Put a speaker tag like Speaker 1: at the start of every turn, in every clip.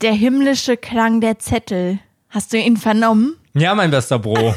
Speaker 1: Der himmlische Klang der Zettel. Hast du ihn vernommen?
Speaker 2: Ja, mein bester Bro.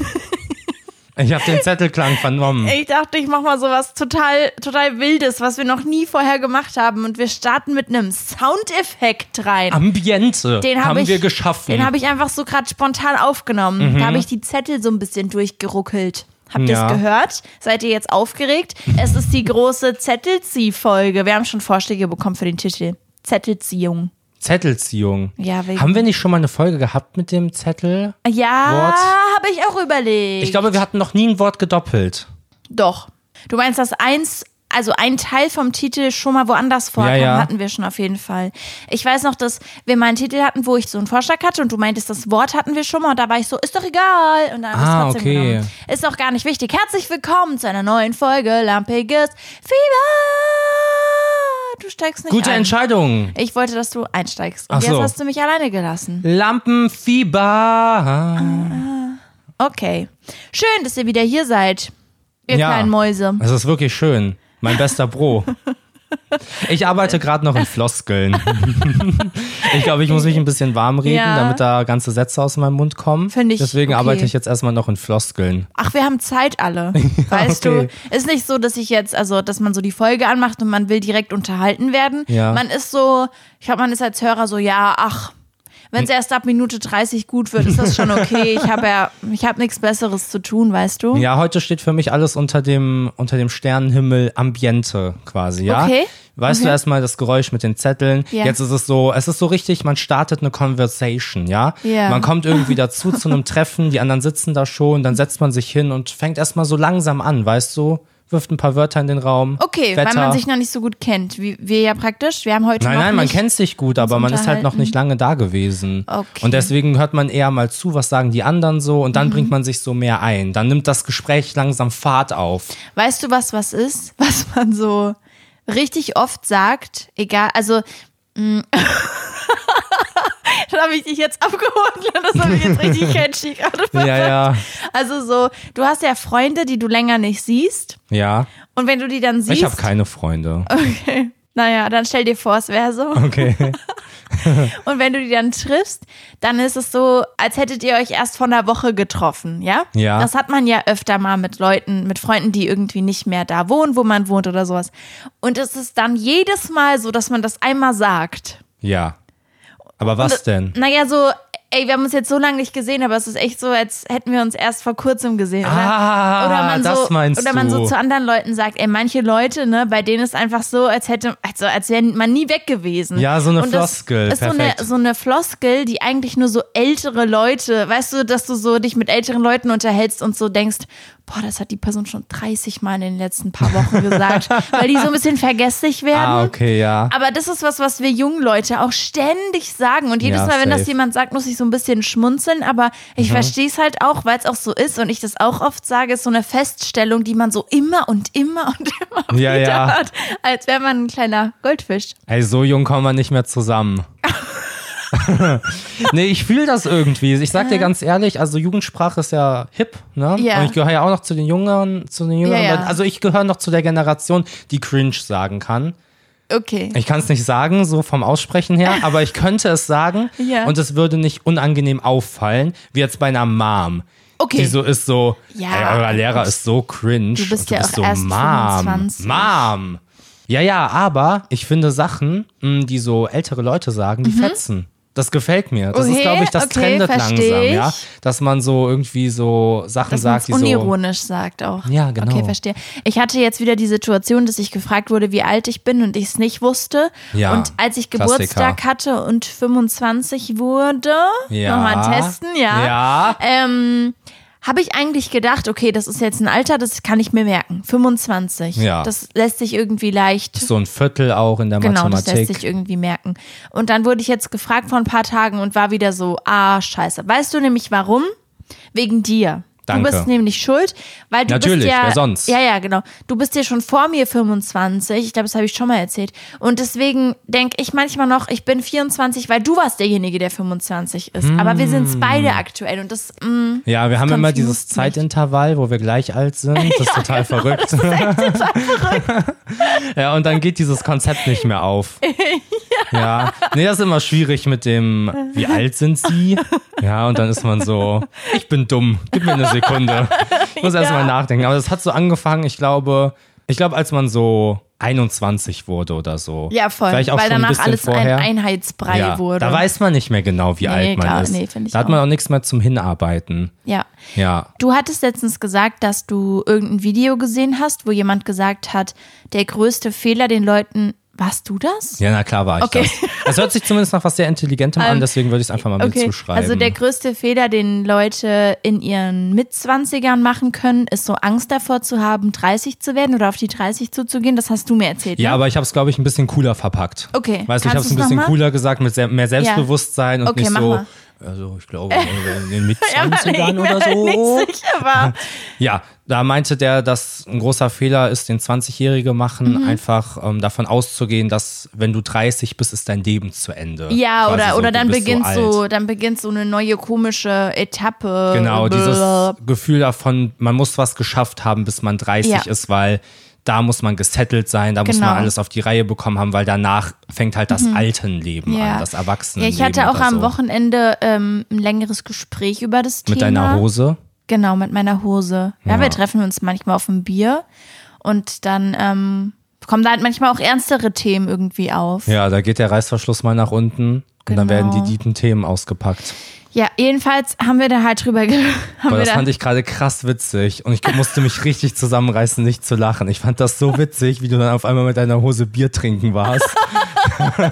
Speaker 2: ich habe den Zettelklang vernommen.
Speaker 1: Ich dachte, ich mach mal sowas total, total Wildes, was wir noch nie vorher gemacht haben. Und wir starten mit einem Soundeffekt rein.
Speaker 2: Ambiente
Speaker 1: Den hab
Speaker 2: haben
Speaker 1: ich-
Speaker 2: wir geschaffen. Mhm.
Speaker 1: Den habe ich einfach so gerade spontan aufgenommen. Da habe ich die Zettel so ein bisschen durchgeruckelt. Habt ihr
Speaker 2: Ja.
Speaker 1: es gehört? Seid ihr jetzt aufgeregt? Es ist die große Zettelzieh-Folge. Wir haben schon Vorschläge bekommen für den Titel. Zettelziehung.
Speaker 2: Zettelziehung.
Speaker 1: Ja, wegen-
Speaker 2: haben wir nicht schon mal eine Folge gehabt mit dem Zettel?
Speaker 1: Ja,
Speaker 2: What?
Speaker 1: habe ich auch überlegt.
Speaker 2: Ich glaube, wir hatten noch nie ein Wort gedoppelt.
Speaker 1: Doch. Du meinst, dass eins, also ein Teil vom Titel schon mal woanders vorkam,
Speaker 2: Ja, ja.
Speaker 1: hatten wir schon auf jeden Fall. Ich weiß noch, dass wir mal einen Titel hatten, wo ich so einen Vorschlag hatte und du meintest, das Wort hatten wir schon mal und da war ich so, ist doch egal. Und dann haben
Speaker 2: Ah,
Speaker 1: wir es trotzdem
Speaker 2: okay.
Speaker 1: genommen. Ist doch gar nicht wichtig. Herzlich willkommen zu einer neuen Folge Lampiges Fieber. Du steigst nicht
Speaker 2: Gute
Speaker 1: ein.
Speaker 2: Entscheidung.
Speaker 1: Ich wollte, dass du einsteigst.
Speaker 2: Ach
Speaker 1: Und jetzt
Speaker 2: so.
Speaker 1: hast du mich alleine gelassen.
Speaker 2: Lampenfieber.
Speaker 1: Okay. Schön, dass ihr wieder hier seid. Ihr
Speaker 2: Ja.
Speaker 1: kleinen Mäuse.
Speaker 2: Es ist wirklich schön. Mein bester Bro. Ich arbeite gerade noch in Floskeln. Ich glaube, ich muss mich ein bisschen warm reden,
Speaker 1: Ja.
Speaker 2: damit da ganze Sätze aus meinem Mund kommen.
Speaker 1: Finde ich
Speaker 2: Deswegen
Speaker 1: okay.
Speaker 2: arbeite ich jetzt erstmal noch in Floskeln.
Speaker 1: Ach, wir haben Zeit alle. Weißt
Speaker 2: okay.
Speaker 1: du, ist nicht so, dass ich jetzt, also, dass man so die Folge anmacht und man will direkt unterhalten werden.
Speaker 2: Ja.
Speaker 1: Man ist so, ich glaube, man ist als Hörer so, ja, ach, wenn es erst ab Minute 30 gut wird, ist das schon okay. ich habe ja, ich habe nichts Besseres zu tun, weißt du?
Speaker 2: Ja, heute steht für mich alles unter dem, unter dem Sternenhimmel Ambiente quasi, ja?
Speaker 1: Okay. Mhm.
Speaker 2: Weißt du erstmal das Geräusch mit den Zetteln?
Speaker 1: Ja.
Speaker 2: Jetzt ist es so, es ist so richtig, man startet eine Conversation, ja?
Speaker 1: Ja.
Speaker 2: Man kommt irgendwie dazu zu einem Treffen, die anderen sitzen da schon, dann setzt man sich hin und fängt erstmal so langsam an, weißt du? Wirft ein paar Wörter in den Raum.
Speaker 1: Okay,
Speaker 2: Wetter.
Speaker 1: weil man sich noch nicht so gut kennt. Wie wir ja praktisch. Wir haben heute
Speaker 2: Nein,
Speaker 1: noch
Speaker 2: nein, man
Speaker 1: nicht-
Speaker 2: kennt sich gut, aber man ist halt noch nicht lange da gewesen.
Speaker 1: Okay. Mhm.
Speaker 2: Und deswegen hört man eher mal zu, was sagen die anderen so und dann bringt man sich so mehr ein. Dann nimmt das Gespräch langsam Fahrt auf.
Speaker 1: Weißt du, was was ist? Was man so richtig oft sagt, egal, also mm. Dann habe ich dich jetzt abgeholt, das habe ich jetzt richtig catchy gerade
Speaker 2: Ja,
Speaker 1: verpackt.
Speaker 2: ja.
Speaker 1: Also so, du hast ja Freunde, die du länger nicht siehst
Speaker 2: Ja.
Speaker 1: und wenn du die dann siehst,
Speaker 2: Ich habe keine Freunde.
Speaker 1: naja, dann stell dir vor, es wäre so.
Speaker 2: Okay.
Speaker 1: Und wenn du die dann triffst, dann ist es so, als hättet ihr euch erst vor einer Woche getroffen, ja?
Speaker 2: Ja.
Speaker 1: Das hat man ja öfter mal mit Leuten, mit Freunden, die irgendwie nicht mehr da wohnen, wo man wohnt oder sowas. Und es ist dann jedes Mal so, dass man das einmal sagt.
Speaker 2: Ja. Aber was denn?
Speaker 1: Naja, so, ey, wir haben uns jetzt so lange nicht gesehen, aber es ist echt so, als hätten wir uns erst vor kurzem gesehen. Oder,
Speaker 2: Ah,
Speaker 1: oder man
Speaker 2: das
Speaker 1: so,
Speaker 2: meinst
Speaker 1: Oder man
Speaker 2: du.
Speaker 1: so zu anderen Leuten sagt, ey, manche Leute, ne, bei denen ist einfach so, als hätte, also als wäre man nie weg gewesen.
Speaker 2: Ja, so eine
Speaker 1: Und das
Speaker 2: Floskel,
Speaker 1: Ist so eine,
Speaker 2: perfekt.
Speaker 1: so eine Floskel, die eigentlich nur so ältere Leute, weißt du, dass du so dich mit älteren Leuten unterhältst und so denkst, boah, das hat die Person schon 30 Mal in den letzten paar Wochen gesagt, weil die so ein bisschen vergesslich werden.
Speaker 2: Ah, okay, ja.
Speaker 1: Aber das ist was, was wir jungen Leute auch ständig sagen. Und jedes
Speaker 2: Ja,
Speaker 1: Mal, wenn das
Speaker 2: safe. Mhm.
Speaker 1: jemand sagt, muss ich so ein bisschen schmunzeln. Aber ich verstehe es halt auch, weil es auch so ist und ich das auch oft sage, ist so eine Feststellung, die man so immer und immer und immer
Speaker 2: Ja,
Speaker 1: wieder
Speaker 2: ja.
Speaker 1: hat. Als wäre man ein kleiner Goldfisch.
Speaker 2: Ey, so jung kommen wir nicht mehr zusammen. nee, ich fühle das irgendwie. Ich sag dir ganz ehrlich, also Jugendsprache ist ja hip, ne?
Speaker 1: Ja.
Speaker 2: Und ich gehöre ja auch noch zu den Jüngeren, zu den Jüngeren.
Speaker 1: Ja, ja.
Speaker 2: Leuten. Also ich gehöre noch zu der Generation, die cringe sagen kann.
Speaker 1: Okay.
Speaker 2: Ich kann es nicht sagen, so vom Aussprechen her, aber ich könnte es sagen
Speaker 1: Ja.
Speaker 2: und es würde nicht unangenehm auffallen, wie jetzt bei einer Mom.
Speaker 1: Okay.
Speaker 2: Die so ist so,
Speaker 1: Ja.
Speaker 2: ey, euer Lehrer ist so cringe.
Speaker 1: Du bist
Speaker 2: und du
Speaker 1: ja
Speaker 2: bist
Speaker 1: auch
Speaker 2: so,
Speaker 1: erst
Speaker 2: Mom,
Speaker 1: 25.
Speaker 2: Mom. Ja, ja, aber ich finde Sachen, mh, die so ältere Leute sagen, die fetzen. Das gefällt mir. Das ist,
Speaker 1: Mhm. Okay,
Speaker 2: glaube ich, das
Speaker 1: okay,
Speaker 2: trendet
Speaker 1: versteh
Speaker 2: langsam,
Speaker 1: ich.
Speaker 2: ja. Dass man so irgendwie so Sachen
Speaker 1: Dass
Speaker 2: sagt, die
Speaker 1: man's
Speaker 2: so.
Speaker 1: unironisch sagt auch.
Speaker 2: Ja, genau.
Speaker 1: Okay, verstehe. Ich hatte jetzt wieder die Situation, dass ich gefragt wurde, wie alt ich bin und ich es nicht wusste.
Speaker 2: Ja,
Speaker 1: und als ich
Speaker 2: Klassiker.
Speaker 1: Geburtstag hatte und 25 wurde,
Speaker 2: Ja.
Speaker 1: nochmal testen, ja.
Speaker 2: Ja.
Speaker 1: Ähm, habe ich eigentlich gedacht, okay, das ist jetzt ein Alter, das kann ich mir merken. 25.
Speaker 2: Ja.
Speaker 1: Das lässt sich irgendwie leicht
Speaker 2: So ein Viertel auch in der
Speaker 1: Genau, das lässt sich
Speaker 2: Mathematik.
Speaker 1: irgendwie merken. Und dann wurde ich jetzt gefragt vor ein paar Tagen und war wieder so, ah, scheiße. Weißt du nämlich warum? Wegen dir.
Speaker 2: Danke.
Speaker 1: Du bist nämlich schuld, weil du
Speaker 2: Natürlich,
Speaker 1: bist ja
Speaker 2: wer sonst?
Speaker 1: ja ja genau. Du bist ja schon vor mir 25. Ich glaube, das habe ich schon mal erzählt. Und deswegen denke ich manchmal noch, ich bin 24, weil du warst derjenige, der 25 ist. Aber wir
Speaker 2: Hm.
Speaker 1: sind beide aktuell und das mm,
Speaker 2: Ja, wir haben immer
Speaker 1: confused
Speaker 2: dieses
Speaker 1: mich.
Speaker 2: Zeitintervall, wo wir gleich alt sind. Das ist total
Speaker 1: genau.
Speaker 2: verrückt. ja, und dann geht dieses Konzept nicht mehr auf. ja. Nee, das ist immer schwierig mit dem, wie alt sind sie? Ja, und dann ist man so, ich bin dumm, gib mir eine Sekunde. Ich muss erst
Speaker 1: Ja.
Speaker 2: mal nachdenken. Aber das hat so angefangen, ich glaube, ich glaube, als man so 21 wurde oder so.
Speaker 1: ja voll,
Speaker 2: Vielleicht auch
Speaker 1: weil
Speaker 2: schon ein
Speaker 1: danach
Speaker 2: bisschen
Speaker 1: alles
Speaker 2: vorher.
Speaker 1: ein Einheitsbrei
Speaker 2: ja,
Speaker 1: wurde.
Speaker 2: Da weiß man nicht mehr genau, wie alt man
Speaker 1: klar,
Speaker 2: ist.
Speaker 1: nee, find ich
Speaker 2: da hat man auch nichts mehr zum Hinarbeiten.
Speaker 1: ja.
Speaker 2: Ja.
Speaker 1: Du hattest letztens gesagt, dass du irgendein Video gesehen hast, wo jemand gesagt hat, der größte Fehler den Leuten, warst du das?
Speaker 2: Ja, na klar war ich
Speaker 1: Okay. Ähm,
Speaker 2: das. Das hört sich zumindest nach was sehr Intelligentem an, deswegen würde ich es einfach mal mit zuschreiben.
Speaker 1: also der größte Fehler, den Leute in ihren Mitzwanzigern machen können, ist so Angst davor zu haben, 30 zu werden oder auf die 30 zuzugehen. Das hast du mir erzählt.
Speaker 2: ja,
Speaker 1: ne?
Speaker 2: aber ich habe es, glaube ich, ein bisschen cooler verpackt.
Speaker 1: Okay,
Speaker 2: Weißt du, ich
Speaker 1: kannst
Speaker 2: habe es ein
Speaker 1: du's
Speaker 2: bisschen
Speaker 1: noch mal?
Speaker 2: cooler gesagt, mit sehr, mehr Selbstbewusstsein und
Speaker 1: Okay,
Speaker 2: nicht
Speaker 1: mach
Speaker 2: so,
Speaker 1: mal.
Speaker 2: also ich glaube, in den mit
Speaker 1: Ja, weil
Speaker 2: 20
Speaker 1: ich mir
Speaker 2: oder so.
Speaker 1: halt nicht sicher war.
Speaker 2: Ja, da meinte der, dass ein großer Fehler ist, den 20-Jährige
Speaker 1: Mhm.
Speaker 2: machen, einfach ähm, davon auszugehen, dass wenn du 30 bist, ist dein Leben zu Ende.
Speaker 1: Ja,
Speaker 2: Quasi
Speaker 1: oder,
Speaker 2: so,
Speaker 1: oder
Speaker 2: du
Speaker 1: dann
Speaker 2: bist
Speaker 1: beginnt
Speaker 2: alt.
Speaker 1: so, dann beginnt so eine neue komische Etappe.
Speaker 2: Genau,
Speaker 1: Blablabla.
Speaker 2: dieses Gefühl davon, man muss was geschafft haben, bis man 30
Speaker 1: Ja.
Speaker 2: ist, weil da muss man gesettelt sein, da muss
Speaker 1: Genau. Mhm.
Speaker 2: man alles auf die Reihe bekommen haben, weil danach fängt halt das Altenleben
Speaker 1: Ja.
Speaker 2: an, das Erwachsenenleben.
Speaker 1: Ja, ich hatte auch
Speaker 2: oder
Speaker 1: am
Speaker 2: so.
Speaker 1: Wochenende ähm, ein längeres Gespräch über das
Speaker 2: Mit
Speaker 1: Thema.
Speaker 2: deiner Hose.
Speaker 1: Genau, mit meiner Hose. Ja,
Speaker 2: Ja.
Speaker 1: wir treffen uns manchmal auf ein Bier und dann ähm, kommen da halt manchmal auch ernstere Themen irgendwie auf. Ja,
Speaker 2: Ja, da geht der Reißverschluss mal nach unten und dann werden
Speaker 1: Genau.
Speaker 2: die Dietenthemen ausgepackt.
Speaker 1: jedenfalls haben wir da halt drüber ge haben
Speaker 2: Weil
Speaker 1: wir
Speaker 2: das
Speaker 1: da
Speaker 2: fand ich gerade krass witzig und ich musste mich richtig zusammenreißen, nicht zu lachen. Ich fand das so witzig, wie du dann auf einmal mit deiner Hose Bier trinken warst.
Speaker 1: oh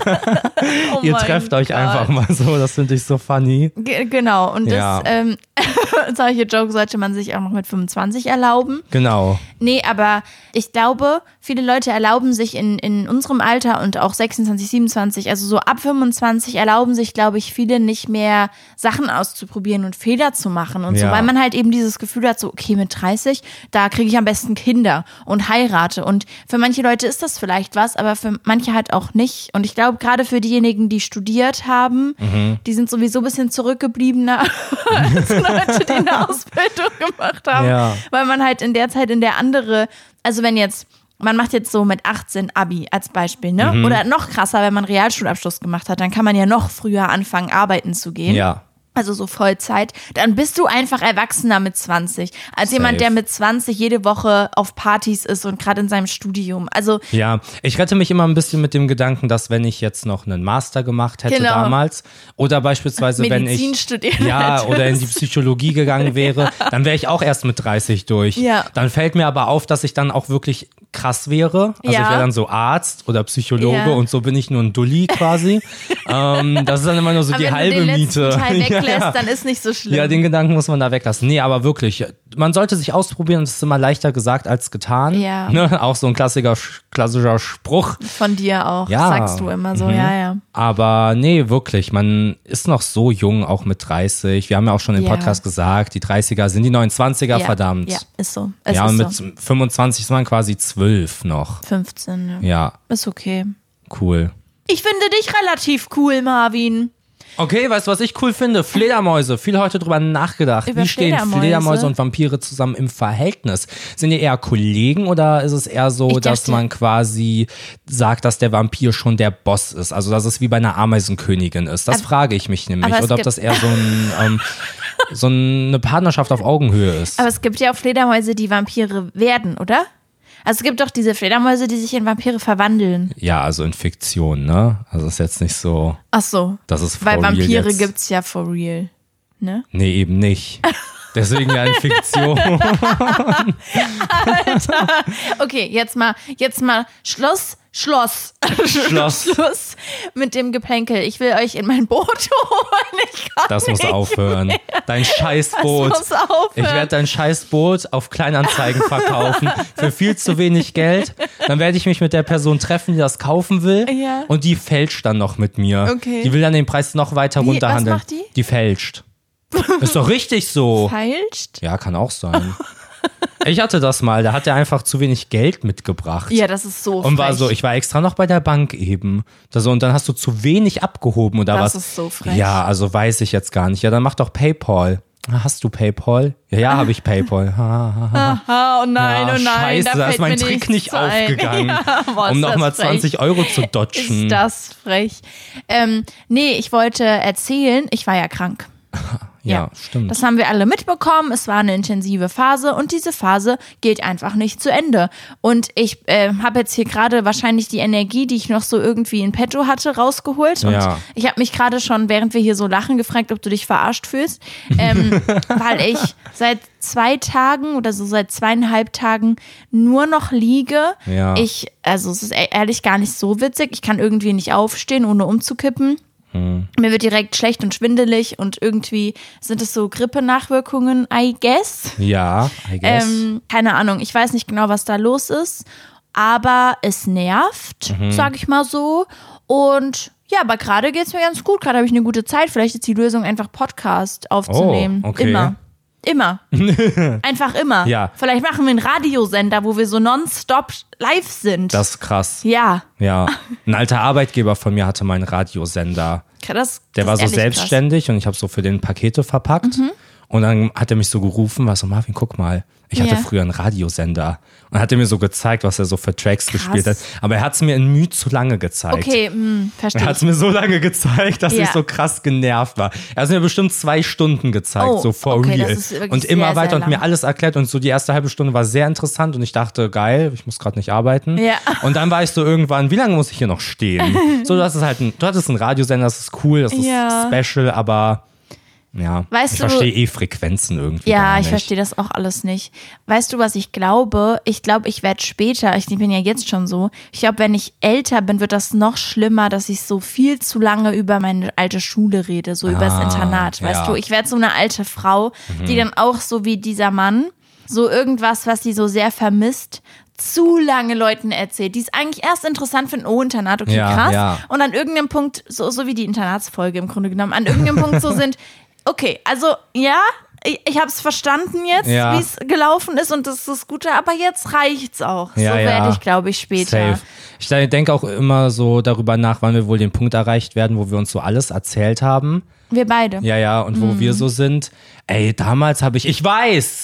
Speaker 2: Ihr
Speaker 1: mein
Speaker 2: trefft euch
Speaker 1: Gott.
Speaker 2: einfach mal so, das finde ich so funny.
Speaker 1: Ge genau, und
Speaker 2: Ja.
Speaker 1: das, ähm, solche Jokes sollte man sich auch noch mit 25 erlauben.
Speaker 2: Genau.
Speaker 1: Nee, aber ich glaube, viele Leute erlauben sich in, in unserem Alter und auch 26, 27, also so ab 25 erlauben sich, glaube ich, viele nicht mehr Sachen auszuprobieren und Fehler zu machen und
Speaker 2: Ja.
Speaker 1: so, weil man halt eben dieses Gefühl hat, so, okay, mit 30, da kriege ich am besten Kinder und heirate. Und für manche Leute ist das vielleicht was, aber für manche halt auch nicht. Und ich glaube, gerade für diejenigen, die studiert haben,
Speaker 2: Mhm.
Speaker 1: die sind sowieso ein bisschen zurückgebliebener als Leute, die eine Ausbildung gemacht haben
Speaker 2: Ja.
Speaker 1: weil man halt in der Zeit, in der andere, also wenn jetzt, man macht jetzt so mit 18 Abi als Beispiel, ne?
Speaker 2: Mhm.
Speaker 1: Oder noch krasser, wenn man Realschulabschluss gemacht hat, dann kann man ja noch früher anfangen, arbeiten zu gehen.
Speaker 2: Ja.
Speaker 1: Also so Vollzeit, dann bist du einfach erwachsener mit 20, als jemand, der mit 20 jede Woche auf Partys ist und gerade in seinem Studium. Also
Speaker 2: Ja, ich rette mich immer ein bisschen mit dem Gedanken, dass wenn ich jetzt noch einen Master gemacht hätte
Speaker 1: Genau.
Speaker 2: damals oder beispielsweise wenn
Speaker 1: Medizin
Speaker 2: ich
Speaker 1: studieren.
Speaker 2: ja
Speaker 1: hättest.
Speaker 2: oder in die Psychologie gegangen wäre, dann wäre ich auch erst mit 30 durch.
Speaker 1: Ja.
Speaker 2: Dann fällt mir aber auf, dass ich dann auch wirklich krass wäre. Also ich
Speaker 1: Ja.
Speaker 2: wäre dann so Arzt oder Psychologe
Speaker 1: Ja.
Speaker 2: und so bin ich nur ein Dulli quasi. ähm, das ist dann immer nur so
Speaker 1: Aber
Speaker 2: die
Speaker 1: wenn
Speaker 2: halbe
Speaker 1: du den
Speaker 2: Miete.
Speaker 1: letzten Teil weglässt,
Speaker 2: ja, ja.
Speaker 1: dann ist nicht so schlimm.
Speaker 2: Ja, den Gedanken muss man da weglassen. Nee, aber wirklich, man sollte sich ausprobieren, das ist immer leichter gesagt als getan.
Speaker 1: Ja.
Speaker 2: Ne? Auch so ein klassischer, klassischer Spruch.
Speaker 1: Von dir auch,
Speaker 2: Ja. Mhm.
Speaker 1: sagst du immer so, ja, ja.
Speaker 2: Aber nee, wirklich, man ist noch so jung, auch mit 30. Wir haben ja auch schon im
Speaker 1: Ja.
Speaker 2: Podcast gesagt, die 30er sind die 29er,
Speaker 1: ja.
Speaker 2: verdammt.
Speaker 1: Ja,
Speaker 2: Ja,
Speaker 1: ist so. Es
Speaker 2: und
Speaker 1: ist
Speaker 2: mit
Speaker 1: so.
Speaker 2: 25 ist man quasi 12 noch.
Speaker 1: 15, ja.
Speaker 2: Ja,
Speaker 1: Ist okay.
Speaker 2: cool.
Speaker 1: Ich finde dich relativ cool, Marvin.
Speaker 2: Okay, weißt du, was ich cool finde? Fledermäuse. Viel heute drüber nachgedacht.
Speaker 1: Über
Speaker 2: Wie stehen
Speaker 1: Fledermäuse?
Speaker 2: Fledermäuse und Vampire zusammen im Verhältnis? Sind die eher Kollegen oder ist es eher so,
Speaker 1: Ich
Speaker 2: dass
Speaker 1: dachte-
Speaker 2: man quasi sagt, dass der Vampir schon der Boss ist? Also, dass es wie bei einer Ameisenkönigin ist? Das frage ich mich nämlich.
Speaker 1: aber es
Speaker 2: Oder ob
Speaker 1: gibt-
Speaker 2: das eher so, ein, ähm, so eine Partnerschaft auf Augenhöhe ist.
Speaker 1: Aber es gibt ja auch Fledermäuse, die Vampire werden, oder? Also es gibt doch diese Fledermäuse, die sich in Vampire verwandeln.
Speaker 2: ja, also in Fiktion, ne? Also, ist jetzt nicht so,
Speaker 1: Ach so.
Speaker 2: dass es
Speaker 1: Weil
Speaker 2: for real
Speaker 1: Vampire
Speaker 2: jetzt.
Speaker 1: gibt's ja for real. Ne?
Speaker 2: Nee, eben nicht. Deswegen ja in Fiktion.
Speaker 1: Okay, jetzt mal, jetzt mal Schluss, Schloss.
Speaker 2: Schloss.
Speaker 1: Schluss mit dem Geplänkel. Ich will euch in mein Boot holen. Ich kann
Speaker 2: Das muss
Speaker 1: nicht.
Speaker 2: aufhören. Dein Scheißboot.
Speaker 1: Das muss aufhören.
Speaker 2: Ich werde dein Scheißboot auf Kleinanzeigen verkaufen für viel zu wenig Geld. Dann werde ich mich mit der Person treffen, die das kaufen will.
Speaker 1: Ja.
Speaker 2: Und die fälscht dann noch mit mir.
Speaker 1: Okay.
Speaker 2: Die will dann den Preis noch weiter
Speaker 1: Wie?
Speaker 2: runterhandeln.
Speaker 1: Was macht die?
Speaker 2: Die fälscht. Ist doch richtig so.
Speaker 1: Falscht?
Speaker 2: Ja, kann auch sein. Ich hatte das mal, da hat er einfach zu wenig Geld mitgebracht.
Speaker 1: Ja, das ist so.
Speaker 2: Und war
Speaker 1: frech.
Speaker 2: so, ich war extra noch bei der Bank eben. Da so, und dann hast du zu wenig abgehoben oder was?
Speaker 1: Das ist so frech.
Speaker 2: Ja, also weiß ich jetzt gar nicht. Ja, dann mach doch PayPal. Ah, Hast du PayPal? Ja, ja, habe ich PayPal. Ha, ha, ha.
Speaker 1: Aha, oh nein,
Speaker 2: Ah,
Speaker 1: oh nein.
Speaker 2: scheiße, da
Speaker 1: fällt
Speaker 2: ist mein
Speaker 1: mir nichts
Speaker 2: Trick nicht
Speaker 1: ein.
Speaker 2: aufgegangen,
Speaker 1: Ja, boah,
Speaker 2: um
Speaker 1: ist das
Speaker 2: nochmal
Speaker 1: frech.
Speaker 2: 20 Euro zu dodgen.
Speaker 1: Ist das frech. Ähm, nee, ich wollte erzählen, ich war ja krank.
Speaker 2: ja, stimmt.
Speaker 1: Das haben wir alle mitbekommen. Es war eine intensive Phase und diese Phase geht einfach nicht zu Ende. Und ich äh, habe jetzt hier gerade wahrscheinlich die Energie, die ich noch so irgendwie in petto hatte, rausgeholt. Und
Speaker 2: Ja.
Speaker 1: ich habe mich gerade schon, während wir hier so lachen, gefragt, ob du dich verarscht fühlst. Ähm, weil ich seit zwei Tagen oder so seit zweieinhalb Tagen nur noch liege.
Speaker 2: Ja.
Speaker 1: Ich, also es ist e- ehrlich gar nicht so witzig. Ich kann irgendwie nicht aufstehen, ohne umzukippen. Mir wird direkt schlecht und schwindelig und irgendwie sind es so Grippe-Nachwirkungen, I guess.
Speaker 2: ja, I guess.
Speaker 1: Ähm, keine Ahnung, ich weiß nicht genau, was da los ist, aber es nervt,
Speaker 2: Mhm.
Speaker 1: sag ich mal so. Und ja, aber gerade geht's mir ganz gut. Gerade habe ich eine gute Zeit. Vielleicht ist die Lösung einfach Podcast aufzunehmen.
Speaker 2: Oh, okay.
Speaker 1: Immer. Immer. einfach immer.
Speaker 2: Ja.
Speaker 1: Vielleicht machen wir einen Radiosender, wo wir so nonstop live sind.
Speaker 2: das ist krass.
Speaker 1: ja.
Speaker 2: Ja. Ein alter Arbeitgeber von mir hatte meinen Radiosender.
Speaker 1: Das,
Speaker 2: Der
Speaker 1: das
Speaker 2: war so
Speaker 1: ist ehrlich krass. Mhm.
Speaker 2: selbstständig und ich habe so für den Pakete verpackt. Und dann hat er mich so gerufen, war so, Marvin, guck mal, ich hatte
Speaker 1: Ja.
Speaker 2: früher einen Radiosender. Und hat er mir so gezeigt, was er so für Tracks gespielt hat. Aber er hat es mir in Mühe zu lange gezeigt.
Speaker 1: Okay, hm,
Speaker 2: Er
Speaker 1: verstehe.
Speaker 2: hat es mir so lange gezeigt, dass
Speaker 1: Ja.
Speaker 2: ich so krass genervt war. Er hat es mir bestimmt zwei Stunden gezeigt,
Speaker 1: Oh,
Speaker 2: so for
Speaker 1: okay,
Speaker 2: real.
Speaker 1: das ist wirklich
Speaker 2: und immer
Speaker 1: sehr,
Speaker 2: weiter
Speaker 1: sehr
Speaker 2: und mir
Speaker 1: lang.
Speaker 2: alles erklärt. Und so die erste halbe Stunde war sehr interessant und ich dachte, geil, ich muss gerade nicht arbeiten.
Speaker 1: Ja.
Speaker 2: Und dann war ich so irgendwann, wie lange muss ich hier noch stehen? so, du hast es halt, ein, du hattest einen Radiosender, das ist cool, das
Speaker 1: Ja.
Speaker 2: ist special, aber ja,
Speaker 1: Weißt
Speaker 2: ich
Speaker 1: du-
Speaker 2: verstehe eh Frequenzen irgendwie. gar
Speaker 1: Ja,
Speaker 2: nicht.
Speaker 1: ich verstehe das auch alles nicht. Weißt du, was ich glaube? Ich glaube, ich werde später, ich bin ja jetzt schon so, ich glaube, wenn ich älter bin, wird das noch schlimmer, dass ich so viel zu lange über meine alte Schule rede, so über das
Speaker 2: Ah,
Speaker 1: Internat. Weißt
Speaker 2: ja. Mhm.
Speaker 1: du, ich werde so eine alte Frau, die dann auch so wie dieser Mann, so irgendwas, was sie so sehr vermisst, zu lange Leuten erzählt, die es eigentlich erst interessant finden, oh, Internat, okay,
Speaker 2: Ja,
Speaker 1: krass.
Speaker 2: ja.
Speaker 1: Und an irgendeinem Punkt, so, so wie die Internatsfolge im Grunde genommen, an irgendeinem Punkt so sind, okay, also ja, ich, ich habe es verstanden jetzt,
Speaker 2: Ja.
Speaker 1: wie es gelaufen ist und das ist das Gute, aber jetzt reicht's auch.
Speaker 2: Ja,
Speaker 1: so
Speaker 2: ja.
Speaker 1: werde ich, glaube ich, später.
Speaker 2: Safe. Ich de- denke auch immer so darüber nach, wann wir wohl den Punkt erreicht werden, wo wir uns so alles erzählt haben.
Speaker 1: Wir beide.
Speaker 2: Ja, ja, und wo
Speaker 1: Mhm.
Speaker 2: wir so sind. Ey, damals habe ich, ich weiß.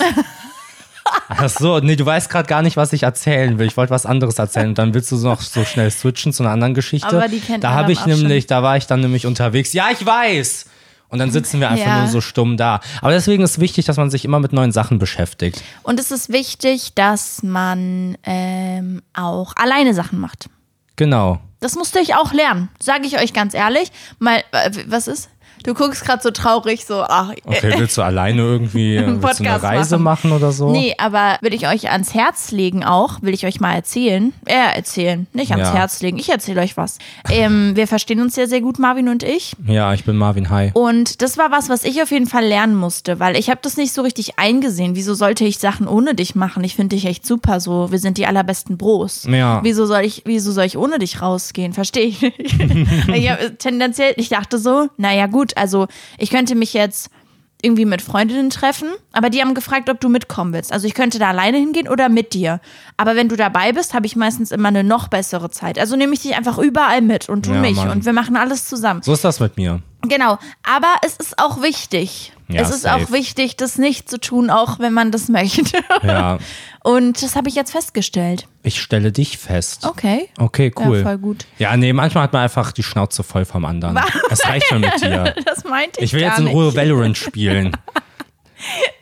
Speaker 2: Ach so, nee, du weißt gerade gar nicht, was ich erzählen will. Ich wollte was anderes erzählen und dann willst du noch so schnell switchen zu einer anderen Geschichte.
Speaker 1: Aber die kennt
Speaker 2: da
Speaker 1: man
Speaker 2: habe
Speaker 1: dann
Speaker 2: ich
Speaker 1: auch
Speaker 2: nämlich, da war ich dann nämlich unterwegs. Ja, ich weiß. Und dann sitzen wir einfach
Speaker 1: Ja.
Speaker 2: nur so stumm da. Aber deswegen ist wichtig, dass man sich immer mit neuen Sachen beschäftigt.
Speaker 1: Und es ist wichtig, dass man ähm, auch alleine Sachen macht.
Speaker 2: Genau.
Speaker 1: Das musste ich auch lernen, sage ich euch ganz ehrlich. Mal, äh, was ist? Du guckst gerade so traurig, so, ach,
Speaker 2: Okay, willst du alleine irgendwie äh, willst du eine
Speaker 1: Podcast
Speaker 2: Reise machen, oder so?
Speaker 1: Nee, aber will ich euch ans Herz legen auch, will ich euch mal erzählen. Äh, erzählen, nicht ans
Speaker 2: Ja.
Speaker 1: Herz legen. Ich erzähle euch was. Ähm, wir verstehen uns ja sehr gut, Marvin und ich.
Speaker 2: Ja, ich bin Marvin Hi.
Speaker 1: Und das war was, was ich auf jeden Fall lernen musste, weil ich habe das nicht so richtig eingesehen. Wieso sollte ich Sachen ohne dich machen? Ich finde dich echt super so. Wir sind die allerbesten Bros.
Speaker 2: Ja.
Speaker 1: Wieso soll ich, wieso soll ich ohne dich rausgehen? Verstehe ich nicht. ich hab, äh, tendenziell, ich dachte so, naja gut, also ich könnte mich jetzt irgendwie mit Freundinnen treffen, aber die haben gefragt, ob du mitkommen willst. Also ich könnte da alleine hingehen oder mit dir. Aber wenn du dabei bist, habe ich meistens immer eine noch bessere Zeit. Also nehme ich dich einfach überall mit und du
Speaker 2: Ja,
Speaker 1: mich
Speaker 2: Mann.
Speaker 1: und wir machen alles zusammen.
Speaker 2: So ist das mit mir.
Speaker 1: Genau, aber es ist auch wichtig.
Speaker 2: Ja,
Speaker 1: es ist
Speaker 2: safe.
Speaker 1: auch wichtig, das nicht zu tun, auch wenn man das möchte.
Speaker 2: Ja,
Speaker 1: Und das habe ich jetzt festgestellt.
Speaker 2: ich stelle dich fest.
Speaker 1: Okay.
Speaker 2: Okay,
Speaker 1: Ja,
Speaker 2: cool.
Speaker 1: voll gut.
Speaker 2: Ja, nee, manchmal hat man einfach die Schnauze voll vom anderen. Das reicht schon mit dir.
Speaker 1: Das meinte ich.
Speaker 2: Ich will
Speaker 1: gar
Speaker 2: jetzt in
Speaker 1: nicht.
Speaker 2: Ruhe Valorant spielen.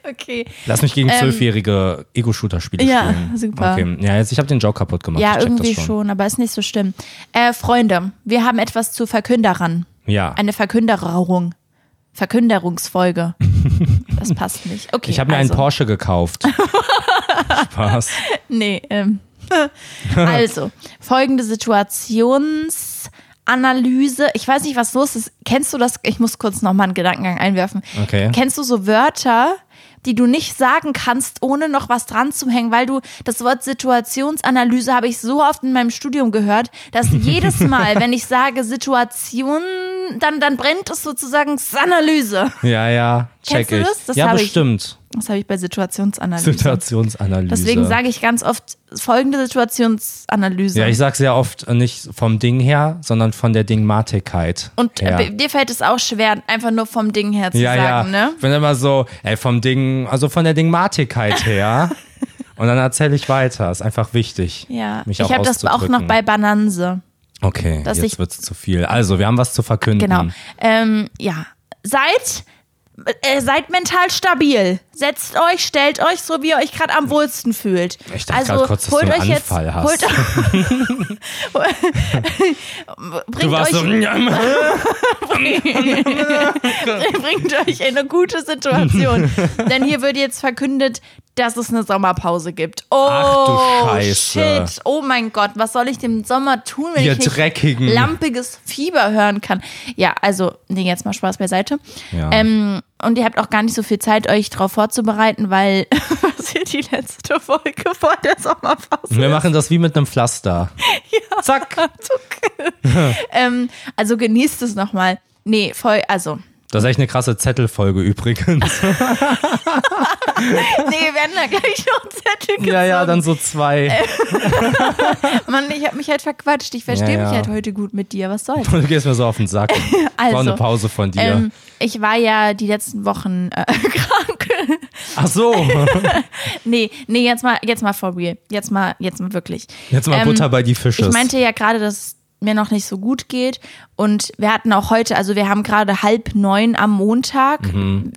Speaker 1: Okay.
Speaker 2: Lass mich gegen zwölfjährige Ego-Shooter-Spiele
Speaker 1: Ähm, ja,
Speaker 2: spielen.
Speaker 1: super.
Speaker 2: Okay. Ja, jetzt, ich habe den Joke kaputt gemacht. ich
Speaker 1: Ja,
Speaker 2: check
Speaker 1: irgendwie
Speaker 2: das
Speaker 1: schon.
Speaker 2: schon.
Speaker 1: aber ist nicht so schlimm. Äh, Freunde, wir haben etwas zu Verkünderern.
Speaker 2: Ja.
Speaker 1: Eine Verkünderung. Verkünderungsfolge. Das passt nicht. Okay.
Speaker 2: Ich habe mir
Speaker 1: also.
Speaker 2: einen Porsche gekauft. Spaß.
Speaker 1: Nee, ähm. Also, folgende Situationsanalyse. Ich weiß nicht, was los ist. Kennst du das? Ich muss kurz nochmal einen Gedankengang einwerfen.
Speaker 2: Okay.
Speaker 1: Kennst du so Wörter, die du nicht sagen kannst, ohne noch was dran zu hängen? Weil du, das Wort Situationsanalyse habe ich so oft in meinem Studium gehört, dass jedes Mal, wenn ich sage Situations dann, dann brennt es sozusagen das Analyse.
Speaker 2: Ja, ja, check
Speaker 1: Kennst du
Speaker 2: ich.
Speaker 1: das? Das
Speaker 2: ja,
Speaker 1: hab ich.
Speaker 2: bestimmt.
Speaker 1: Das habe ich bei Situationsanalyse.
Speaker 2: Situationsanalyse.
Speaker 1: Deswegen sage ich ganz oft folgende Situationsanalyse.
Speaker 2: Ja, ich sag sehr oft äh, nicht vom Ding her, sondern von der Dingmatigkeit.
Speaker 1: und
Speaker 2: her.
Speaker 1: äh, dir fällt es auch schwer, einfach nur vom Ding her zu
Speaker 2: ja,
Speaker 1: sagen,
Speaker 2: ja.
Speaker 1: ne?
Speaker 2: Ich bin immer so, ey, vom Ding, also von der Dingmatigkeit her. Und dann erzähle ich weiter. Ist einfach wichtig.
Speaker 1: Ja,
Speaker 2: mich
Speaker 1: ich habe das auch noch
Speaker 2: auszudrücken.
Speaker 1: bei Bananse.
Speaker 2: Okay,
Speaker 1: dass
Speaker 2: jetzt
Speaker 1: ich-
Speaker 2: wird's zu viel. Also, wir haben was zu verkünden.
Speaker 1: Genau. Ähm, ja, seid, äh, seid mental stabil. Setzt euch, stellt euch so, wie ihr euch gerade am wohlsten fühlt.
Speaker 2: Hm.
Speaker 1: Also
Speaker 2: Ich dachte grad kurz, dass du einen Anfall hast.
Speaker 1: Holt, bringt,
Speaker 2: Du warst so,
Speaker 1: euch, bringt euch in eine gute Situation. Denn hier wird jetzt verkündet, dass es eine Sommerpause gibt. Oh,
Speaker 2: Ach du Scheiße.
Speaker 1: shit. Oh mein Gott, was soll ich dem Sommer tun, wenn
Speaker 2: ihr
Speaker 1: ich nicht
Speaker 2: dreckigen.
Speaker 1: lampiges Fieber hören kann. Ja, also, nee, jetzt mal Spaß beiseite.
Speaker 2: Ja.
Speaker 1: Ähm, und ihr habt auch gar nicht so viel Zeit, euch drauf vorzubereiten, weil was ihr die letzte Folge vor der Sommerpause.
Speaker 2: wir machen das wie mit einem Pflaster. Zack.
Speaker 1: Ähm, also genießt es nochmal. Nee, voll, also.
Speaker 2: Das ist echt eine krasse Zettelfolge übrigens.
Speaker 1: Nee, wir werden da gleich noch einen Zettel gezogen.
Speaker 2: ja, ja, dann so zwei.
Speaker 1: Mann, ich habe mich halt verquatscht. Ich verstehe
Speaker 2: Ja, ja.
Speaker 1: mich halt heute gut mit dir. Was soll's?
Speaker 2: Du gehst mir so auf den Sack. Ich brauche eine
Speaker 1: Also,
Speaker 2: Pause von dir.
Speaker 1: ähm, ich war ja die letzten Wochen äh, krank.
Speaker 2: Ach so.
Speaker 1: Nee, nee, jetzt mal, jetzt mal for real. Jetzt mal, jetzt mal wirklich.
Speaker 2: Jetzt mal
Speaker 1: Ähm,
Speaker 2: Butter bei die Fische.
Speaker 1: Ich meinte ja gerade, dass es mir noch nicht so gut geht. Und wir hatten auch heute, also wir haben gerade halb neun am Montag.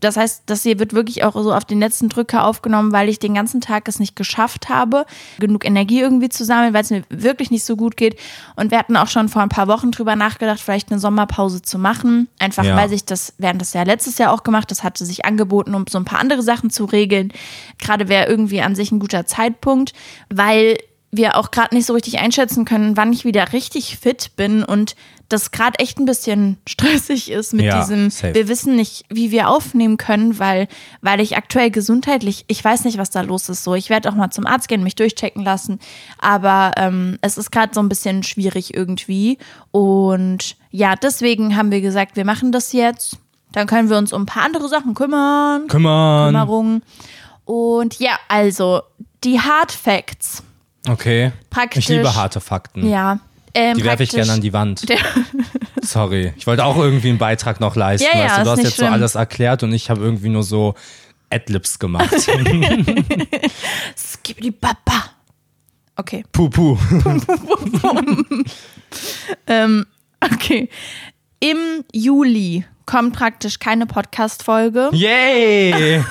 Speaker 1: Das heißt, das hier wird wirklich auch so auf den letzten Drücker aufgenommen, weil ich den ganzen Tag es nicht geschafft habe, genug Energie irgendwie zu sammeln, weil es mir wirklich nicht so gut geht. Und wir hatten auch schon vor ein paar Wochen drüber nachgedacht, vielleicht eine Sommerpause zu machen. Einfach
Speaker 2: Ja.
Speaker 1: weil sich das, wir haben das ja letztes Jahr auch gemacht, das hatte sich angeboten, um so ein paar andere Sachen zu regeln. Gerade wäre irgendwie an sich ein guter Zeitpunkt, weil wir auch gerade nicht so richtig einschätzen können, wann ich wieder richtig fit bin und das gerade echt ein bisschen stressig ist mit
Speaker 2: Ja,
Speaker 1: diesem,
Speaker 2: safe.
Speaker 1: wir wissen nicht, wie wir aufnehmen können, weil, weil ich aktuell gesundheitlich, ich weiß nicht, was da los ist. So, ich werde auch mal zum Arzt gehen, mich durchchecken lassen, aber ähm, es ist gerade so ein bisschen schwierig irgendwie. Und ja, deswegen haben wir gesagt, wir machen das jetzt. Dann können wir uns um ein paar andere Sachen kümmern.
Speaker 2: Kümmern.
Speaker 1: Kümmerung. Und ja, also die Hard Facts.
Speaker 2: Okay.
Speaker 1: Praktisch.
Speaker 2: Ich liebe harte Fakten.
Speaker 1: Ja. Ähm,
Speaker 2: Die werfe ich
Speaker 1: praktisch-
Speaker 2: gerne an die Wand. Sorry. Ich wollte auch irgendwie einen Beitrag noch leisten.
Speaker 1: Ja, ja,
Speaker 2: weißt du,
Speaker 1: ist
Speaker 2: du hast
Speaker 1: nicht
Speaker 2: jetzt so
Speaker 1: schlimm.
Speaker 2: alles erklärt und ich habe irgendwie nur so Adlibs gemacht.
Speaker 1: Gib die Papa. Okay.
Speaker 2: puh, puh.
Speaker 1: Okay. Im Juli kommt praktisch keine Podcast-Folge.
Speaker 2: Yay!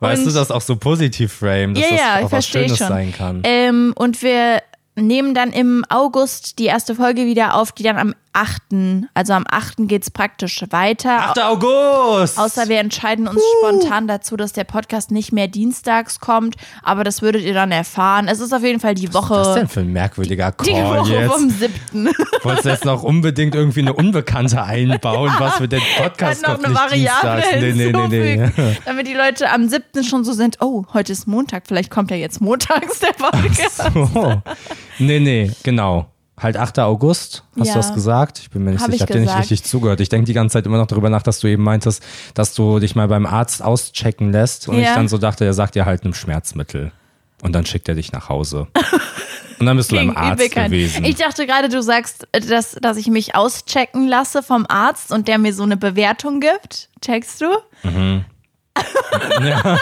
Speaker 2: weißt
Speaker 1: Und-
Speaker 2: du, das auch so positiv frame, dass
Speaker 1: Ja, ja,
Speaker 2: das
Speaker 1: ich
Speaker 2: auch was
Speaker 1: verstehe
Speaker 2: Schönes
Speaker 1: schon.
Speaker 2: sein kann.
Speaker 1: Ähm, und wir nehmen dann im August die erste Folge wieder auf, die dann am 8., also am 8. geht's praktisch weiter.
Speaker 2: 8. August!
Speaker 1: Außer wir entscheiden uns spontan dazu, dass der Podcast nicht mehr dienstags kommt, aber das würdet ihr dann erfahren. Es ist auf jeden Fall die
Speaker 2: was ist
Speaker 1: Woche,
Speaker 2: denn für ein merkwürdiger
Speaker 1: die
Speaker 2: Call
Speaker 1: Woche
Speaker 2: jetzt?
Speaker 1: vom 7.
Speaker 2: Wolltest du jetzt noch unbedingt irgendwie eine Unbekannte einbauen, was mit dem Podcast
Speaker 1: noch
Speaker 2: kommt
Speaker 1: eine
Speaker 2: nicht
Speaker 1: Variable
Speaker 2: dienstags? Nee, nee, nee, nee.
Speaker 1: hinzufügen, damit die Leute am 7. schon so sind, oh, heute ist Montag, vielleicht kommt ja jetzt montags der Podcast.
Speaker 2: So. Nee, nee, genau. Halt 8. August, hast
Speaker 1: Ja.
Speaker 2: du das gesagt? Ich bin mir nicht
Speaker 1: Hab ich
Speaker 2: sicher, ich habe dir nicht
Speaker 1: gesagt.
Speaker 2: richtig zugehört. Ich denke die ganze Zeit immer noch darüber nach, dass du eben meintest, dass du dich mal beim Arzt auschecken lässt. Und ich
Speaker 1: Ja.
Speaker 2: dann so dachte, er sagt dir halt ein Schmerzmittel. Und dann schickt er dich nach Hause. Und dann bist du beim
Speaker 1: Klingt übel
Speaker 2: Arzt
Speaker 1: kein-
Speaker 2: gewesen.
Speaker 1: Ich dachte gerade, du sagst, äh, dass, dass ich mich auschecken lasse vom Arzt und der mir so eine Bewertung gibt. Checkst du? Mhm.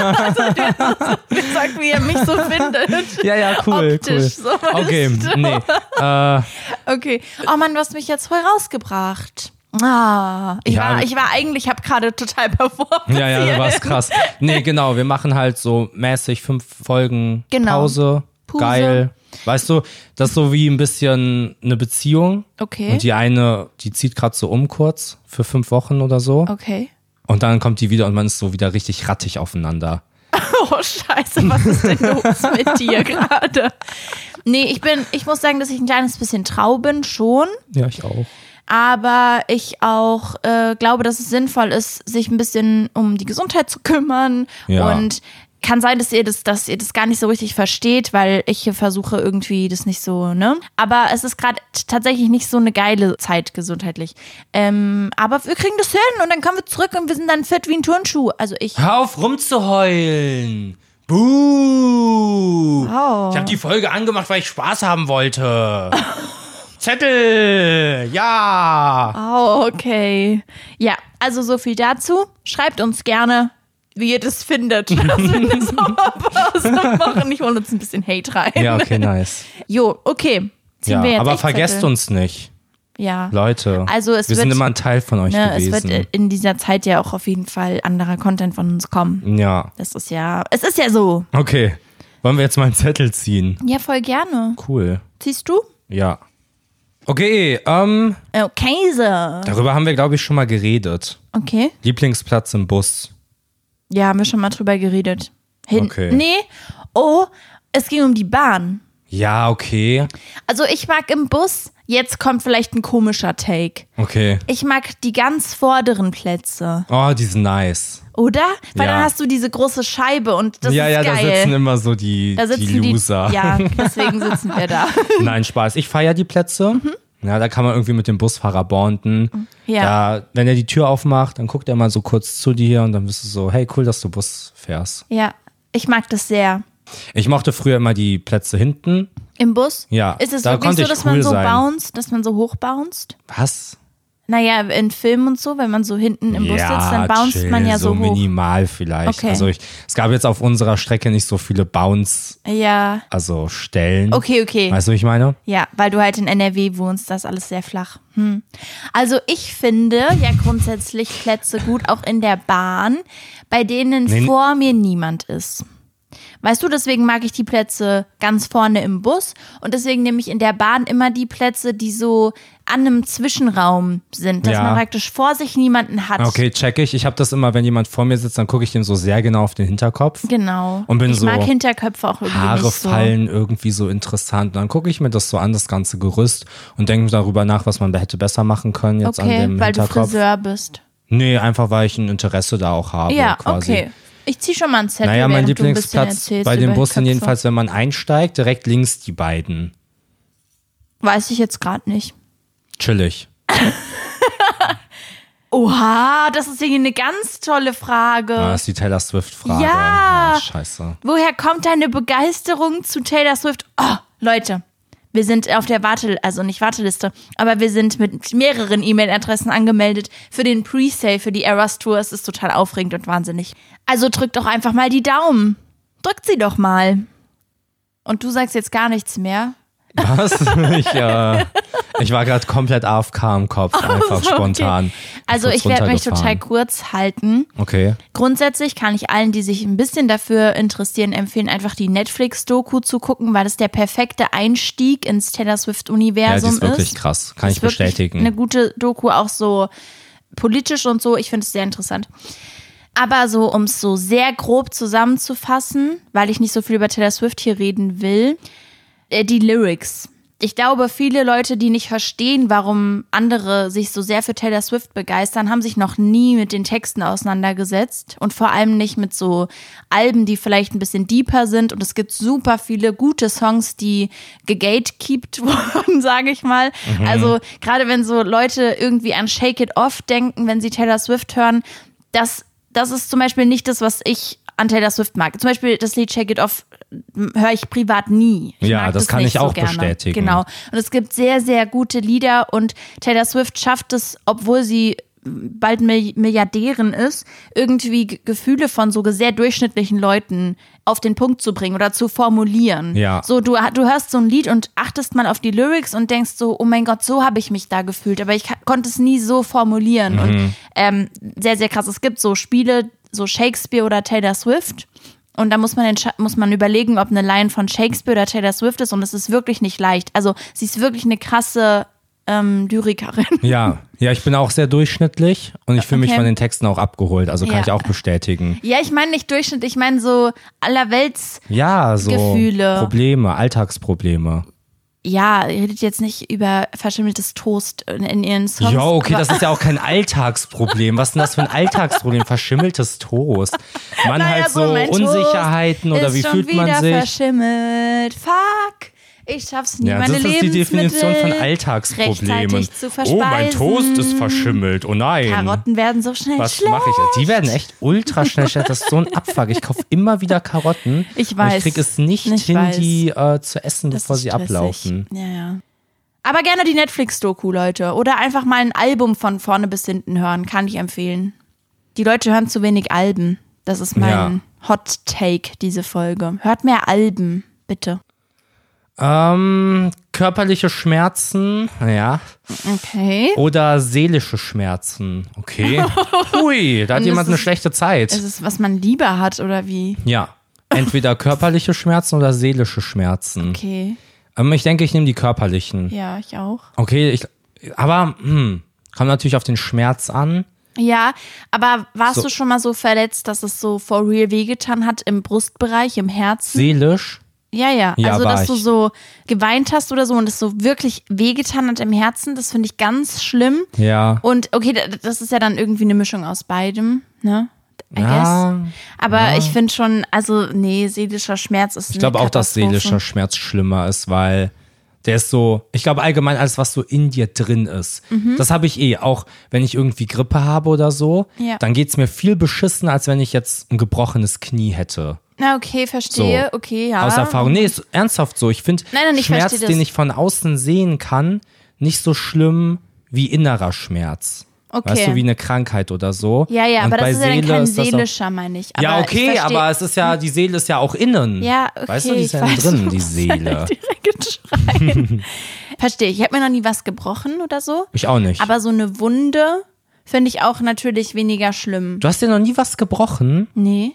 Speaker 1: also, der so- der sagt, wie er mich so findet.
Speaker 2: ja, ja, cool,
Speaker 1: Optisch,
Speaker 2: cool.
Speaker 1: so weißt
Speaker 2: okay, nee. Äh,
Speaker 1: Okay. Oh Mann, du hast mich jetzt voll rausgebracht. Ah, ich,
Speaker 2: Ja,
Speaker 1: war,
Speaker 2: wir-
Speaker 1: ich war eigentlich, habe gerade total performt.
Speaker 2: Ja, ja,
Speaker 1: hier.
Speaker 2: du warst krass. Nee, genau, wir machen halt so mäßig fünf Folgen
Speaker 1: Genau.
Speaker 2: Pause.
Speaker 1: Puse.
Speaker 2: Geil. Weißt du, das ist so wie ein bisschen eine Beziehung.
Speaker 1: Okay.
Speaker 2: Und die eine, die zieht gerade so um kurz für fünf Wochen oder so.
Speaker 1: Okay.
Speaker 2: Und dann kommt die wieder und man ist so wieder richtig rattig aufeinander.
Speaker 1: Oh, scheiße, was ist denn los mit dir gerade? Nee, ich bin, ich muss sagen, dass ich ein kleines bisschen trau bin, schon.
Speaker 2: Ja, ich auch.
Speaker 1: aber ich auch äh, glaube, dass es sinnvoll ist, sich ein bisschen um die Gesundheit zu kümmern
Speaker 2: Ja.
Speaker 1: und kann sein, dass ihr das, dass ihr das gar nicht so richtig versteht, weil ich hier versuche irgendwie das nicht so, ne? Aber es ist gerade t- tatsächlich nicht so eine geile Zeit gesundheitlich. Ähm, aber wir kriegen das hin und dann kommen wir zurück und wir sind dann fit wie ein Turnschuh. Also ich.
Speaker 2: Hör auf rumzuheulen. Buh.
Speaker 1: Wow.
Speaker 2: Ich habe die Folge angemacht, weil ich Spaß haben wollte. Zettel. Ja.
Speaker 1: Oh, okay. Ja, also so viel dazu. Schreibt uns gerne, wie ihr das findet. Was wir in der Sommerpause machen. Ich hole uns ein bisschen Hate rein.
Speaker 2: Ja, okay, nice.
Speaker 1: Jo, okay. Ziehen
Speaker 2: Ja,
Speaker 1: wir jetzt
Speaker 2: aber
Speaker 1: echt
Speaker 2: vergesst
Speaker 1: Zettel.
Speaker 2: uns nicht,
Speaker 1: Ja.
Speaker 2: Leute.
Speaker 1: Also es
Speaker 2: wir
Speaker 1: wird-
Speaker 2: sind immer ein Teil von euch
Speaker 1: Ne, es
Speaker 2: gewesen.
Speaker 1: wird äh, in dieser Zeit ja auch auf jeden Fall anderer Content von uns kommen.
Speaker 2: ja,
Speaker 1: Das ist ja, es ist ja so.
Speaker 2: okay. Wollen wir jetzt mal einen Zettel ziehen?
Speaker 1: Ja, voll gerne.
Speaker 2: Cool.
Speaker 1: Siehst du?
Speaker 2: Ja. Okay, ähm,
Speaker 1: Oh, Käse.
Speaker 2: darüber haben wir, glaube ich, schon mal geredet.
Speaker 1: Okay.
Speaker 2: Lieblingsplatz im Bus.
Speaker 1: Ja, haben wir schon mal drüber geredet. Hin
Speaker 2: Okay.
Speaker 1: Nee. Oh, es ging um die Bahn.
Speaker 2: Ja, okay.
Speaker 1: Also ich mag im Bus, jetzt kommt vielleicht ein komischer Take.
Speaker 2: Okay.
Speaker 1: Ich mag die ganz vorderen Plätze,
Speaker 2: Oh, die sind nice.
Speaker 1: oder? Weil
Speaker 2: Ja.
Speaker 1: dann hast du diese große Scheibe und das
Speaker 2: ja,
Speaker 1: ist
Speaker 2: ja,
Speaker 1: geil.
Speaker 2: da sitzen immer so die,
Speaker 1: da sitzen
Speaker 2: die Loser.
Speaker 1: Ja, deswegen sitzen wir da.
Speaker 2: Nein, Spaß. Ich feiere die Plätze. Ja, da kann man irgendwie mit dem Busfahrer bonden.
Speaker 1: Mhm. Ja.
Speaker 2: Da, wenn er die Tür aufmacht, dann guckt er mal so kurz zu dir und dann bist du so, hey, cool, dass du Bus fährst.
Speaker 1: Ja, ich mag das sehr.
Speaker 2: Ich mochte früher immer die Plätze hinten.
Speaker 1: Im Bus?
Speaker 2: Ja,
Speaker 1: Ist es
Speaker 2: da
Speaker 1: wirklich
Speaker 2: konnte
Speaker 1: so,
Speaker 2: ich
Speaker 1: dass
Speaker 2: cool
Speaker 1: man so
Speaker 2: sein.
Speaker 1: bounced, dass man so hoch bounced?
Speaker 2: Was?
Speaker 1: Naja, in Filmen und so, wenn man so hinten im Bus sitzt, dann bounced
Speaker 2: chill,
Speaker 1: man ja so, hoch.
Speaker 2: minimal vielleicht.
Speaker 1: Okay.
Speaker 2: Also ich, es gab jetzt auf unserer Strecke nicht so viele Bounce,
Speaker 1: Ja,
Speaker 2: also Stellen.
Speaker 1: okay, okay.
Speaker 2: Weißt du, wie ich meine?
Speaker 1: Ja, weil du halt in NRW wohnst, das ist alles sehr flach. Hm. Also ich finde ja grundsätzlich Plätze gut, auch in der Bahn, bei denen
Speaker 2: Nee.
Speaker 1: vor mir niemand ist. Weißt du, deswegen mag ich die Plätze ganz vorne im Bus und deswegen nehme ich in der Bahn immer die Plätze, die so an einem Zwischenraum sind, dass
Speaker 2: Ja.
Speaker 1: man praktisch vor sich niemanden hat.
Speaker 2: Okay, check ich. Ich habe das immer, wenn jemand vor mir sitzt, dann gucke ich dem so sehr genau auf den Hinterkopf.
Speaker 1: Genau.
Speaker 2: Und bin
Speaker 1: ich
Speaker 2: so,
Speaker 1: mag Hinterköpfe auch irgendwie
Speaker 2: Haare
Speaker 1: nicht so.
Speaker 2: fallen irgendwie so interessant. Und dann gucke ich mir das so an, das ganze Gerüst, und denke darüber nach, was man da hätte besser machen können jetzt an
Speaker 1: Okay,
Speaker 2: dem
Speaker 1: weil du
Speaker 2: Hinterkopf.
Speaker 1: Friseur bist.
Speaker 2: nee, einfach weil ich ein Interesse da auch habe.
Speaker 1: Ja,
Speaker 2: quasi.
Speaker 1: okay. Ich zieh schon mal einen Zettel.
Speaker 2: Naja, mein
Speaker 1: während du ein bisschen
Speaker 2: Lieblingsplatz
Speaker 1: erzählst
Speaker 2: bei den
Speaker 1: über
Speaker 2: Bussen
Speaker 1: Köpfe.
Speaker 2: jedenfalls, wenn man einsteigt, direkt links die beiden.
Speaker 1: Weiß ich jetzt gerade nicht.
Speaker 2: Chillig.
Speaker 1: Oha, das ist hier eine ganz tolle Frage.
Speaker 2: Ah, das ist die Taylor Swift-Frage.
Speaker 1: Ja.
Speaker 2: Ah, scheiße.
Speaker 1: Woher kommt deine Begeisterung zu Taylor Swift? Oh, Leute, wir sind auf der Warte, also nicht Warteliste, aber wir sind mit mehreren E-Mail-Adressen angemeldet für den Pre-Sale für die Eras Tour. Es ist total aufregend und wahnsinnig. Also drückt doch einfach mal die Daumen. Drückt sie doch mal. Und du sagst jetzt gar nichts mehr.
Speaker 2: Was? ich, äh, ich war gerade komplett AFK im Kopf, einfach
Speaker 1: So, okay.
Speaker 2: spontan.
Speaker 1: Also
Speaker 2: Kurz
Speaker 1: ich werde mich total
Speaker 2: runtergefahren.
Speaker 1: kurz halten.
Speaker 2: Okay.
Speaker 1: Grundsätzlich kann ich allen, die sich ein bisschen dafür interessieren, empfehlen, einfach die Netflix-Doku zu gucken, weil das der perfekte Einstieg ins Taylor
Speaker 2: Ja, die
Speaker 1: Swift-Universum
Speaker 2: ist wirklich
Speaker 1: ist.
Speaker 2: krass. Kann
Speaker 1: Also, um Ist
Speaker 2: ich
Speaker 1: wirklich
Speaker 2: bestätigen.
Speaker 1: Eine gute Doku, auch so politisch und so. Ich finde es sehr interessant. Aber so, um es so sehr grob zusammenzufassen, weil ich nicht so viel über Taylor Swift hier reden will, äh, die Lyrics. Ich glaube, viele Leute, die nicht verstehen, warum andere sich so sehr für Taylor Swift begeistern, haben sich noch nie mit den Texten auseinandergesetzt und vor allem nicht mit so Alben, die vielleicht ein bisschen deeper sind. Und es gibt super viele gute Songs, die gegatekeept wurden, sage ich mal. Also gerade wenn so Leute irgendwie an Shake It Off denken, wenn sie Taylor Swift hören, das, das ist zum Beispiel nicht das, was ich an Taylor Swift mag. Zum Beispiel das Lied Shake It Off hm, höre ich privat nie. Ich
Speaker 2: Ja,
Speaker 1: mag
Speaker 2: das kann
Speaker 1: nicht
Speaker 2: ich
Speaker 1: so
Speaker 2: auch
Speaker 1: gerne.
Speaker 2: bestätigen.
Speaker 1: Genau. Und es gibt sehr, sehr gute Lieder und Taylor Swift schafft es, obwohl sie bald Mil- Milliardärin ist, irgendwie G- Gefühle von so sehr durchschnittlichen Leuten auf den Punkt zu bringen oder zu formulieren.
Speaker 2: Ja.
Speaker 1: So, du, du hörst so ein Lied und achtest mal auf die Lyrics und denkst so, oh mein Gott, so habe ich mich da gefühlt, aber ich ka- konnte es nie so formulieren.
Speaker 2: Mhm.
Speaker 1: Und ähm, sehr, sehr krass. Es gibt so Spiele, so Shakespeare oder Taylor Swift. Und da muss man, entsche- muss man überlegen, ob eine Line von Shakespeare oder Taylor Swift ist. Und es ist wirklich nicht leicht. Also sie ist wirklich eine krasse ähm, Lyrikerin.
Speaker 2: Ja, ja, ich bin auch sehr durchschnittlich und ich fühle mich
Speaker 1: Okay.
Speaker 2: von den Texten auch abgeholt. Also kann
Speaker 1: Ja.
Speaker 2: ich auch bestätigen.
Speaker 1: Ja, ich meine nicht Durchschnitt, ich meine so allerwelts.
Speaker 2: Ja, so
Speaker 1: Gefühle.
Speaker 2: Probleme, Alltagsprobleme.
Speaker 1: ja, redet jetzt nicht über verschimmeltes Toast in, in ihren Songs.
Speaker 2: Ja, okay,
Speaker 1: aber-
Speaker 2: das ist ja auch kein Alltagsproblem. Was ist denn das für ein Alltagsproblem? Verschimmeltes Toast. Man
Speaker 1: Naja,
Speaker 2: halt so
Speaker 1: mein Toast
Speaker 2: Unsicherheiten oder
Speaker 1: ist
Speaker 2: wie
Speaker 1: schon
Speaker 2: fühlt man
Speaker 1: wieder
Speaker 2: sich?
Speaker 1: verschimmelt. Fuck. Ich schaff's nie,
Speaker 2: Ja,
Speaker 1: meine
Speaker 2: das ist die Definition von
Speaker 1: Lebensmittel
Speaker 2: Alltagsproblemen.
Speaker 1: rechtzeitig zu
Speaker 2: Oh, mein Toast ist
Speaker 1: verspeisen.
Speaker 2: verschimmelt. Oh nein.
Speaker 1: Karotten werden so schnell
Speaker 2: Was
Speaker 1: schlecht.
Speaker 2: mache ich? jetzt? Die werden echt ultra schnell schlecht. Das ist so ein Abfuck. Ich kaufe immer wieder Karotten.
Speaker 1: Ich
Speaker 2: aber
Speaker 1: weiß.
Speaker 2: Ich kriege es nicht
Speaker 1: Ich
Speaker 2: hin,
Speaker 1: weiß.
Speaker 2: die äh, zu essen,
Speaker 1: Das
Speaker 2: bevor
Speaker 1: ist
Speaker 2: sie
Speaker 1: stressig.
Speaker 2: ablaufen.
Speaker 1: Ja, ja. Aber gerne die Netflix-Doku, Leute. Oder einfach mal ein Album von vorne bis hinten hören. Kann ich empfehlen. Die Leute hören zu wenig Alben. Das ist mein Hot Take, diese Folge. Hört mehr Alben, bitte.
Speaker 2: Ähm, körperliche Schmerzen, ja.
Speaker 1: Okay.
Speaker 2: Oder seelische Schmerzen. Okay. Hui, da hat
Speaker 1: Und
Speaker 2: jemand
Speaker 1: das
Speaker 2: eine
Speaker 1: ist-
Speaker 2: schlechte Zeit.
Speaker 1: Ist es, was man lieber hat oder wie?
Speaker 2: ja. Entweder körperliche Schmerzen oder seelische Schmerzen.
Speaker 1: Okay.
Speaker 2: Ähm, ich denke, ich nehme die körperlichen.
Speaker 1: Ja, ich auch.
Speaker 2: Okay, ich. Aber, hm, kommt natürlich auf den Schmerz an.
Speaker 1: Ja, aber warst
Speaker 2: So.
Speaker 1: du schon mal so verletzt, dass es so for real wehgetan hat im Brustbereich, im Herzen?
Speaker 2: Seelisch.
Speaker 1: ja, ja.
Speaker 2: Ja,
Speaker 1: also,
Speaker 2: war
Speaker 1: dass
Speaker 2: ich.
Speaker 1: du so geweint hast oder so und es so wirklich wehgetan hat im Herzen, das finde ich ganz schlimm.
Speaker 2: Ja.
Speaker 1: Und okay, da- das ist ja dann irgendwie eine Mischung aus beidem, ne? I guess.
Speaker 2: Ja,
Speaker 1: Aber ich finde schon, also nee, seelischer Schmerz ist
Speaker 2: ich glaube auch, dass seelischer Schmerz schlimmer ist, weil der ist so, ich glaube allgemein alles, was so in dir drin ist.
Speaker 1: Mhm.
Speaker 2: Das habe ich eh, auch wenn ich irgendwie Grippe habe oder so,
Speaker 1: Ja.
Speaker 2: dann geht es mir viel beschissener, als wenn ich jetzt ein gebrochenes Knie hätte.
Speaker 1: Na, okay, verstehe.
Speaker 2: So.
Speaker 1: Okay, ja.
Speaker 2: Aus Erfahrung. Nee, ist ernsthaft so. Ich finde
Speaker 1: Nein, nein, ich
Speaker 2: Schmerz,
Speaker 1: verstehe das.
Speaker 2: den ich von außen sehen kann, nicht so schlimm wie innerer Schmerz.
Speaker 1: Okay.
Speaker 2: Weißt du, wie eine Krankheit oder so.
Speaker 1: Ja, ja,
Speaker 2: Und
Speaker 1: aber das
Speaker 2: bei
Speaker 1: ist ja dann
Speaker 2: Seele
Speaker 1: kein
Speaker 2: ist das auch-
Speaker 1: seelischer, meine ich. Aber
Speaker 2: ja, okay,
Speaker 1: ich verstehe-
Speaker 2: aber es ist ja, die Seele ist ja auch innen.
Speaker 1: Ja, okay.
Speaker 2: Weißt du, die ist
Speaker 1: ich
Speaker 2: ja innen
Speaker 1: weiß,
Speaker 2: drin,
Speaker 1: du
Speaker 2: die
Speaker 1: musst
Speaker 2: Seele.
Speaker 1: halt direkt schreien. Verstehe ich. Ich habe mir noch nie was gebrochen oder so.
Speaker 2: Ich auch nicht.
Speaker 1: Aber so eine Wunde finde ich auch natürlich weniger schlimm.
Speaker 2: du hast dir noch nie was gebrochen?
Speaker 1: Nee.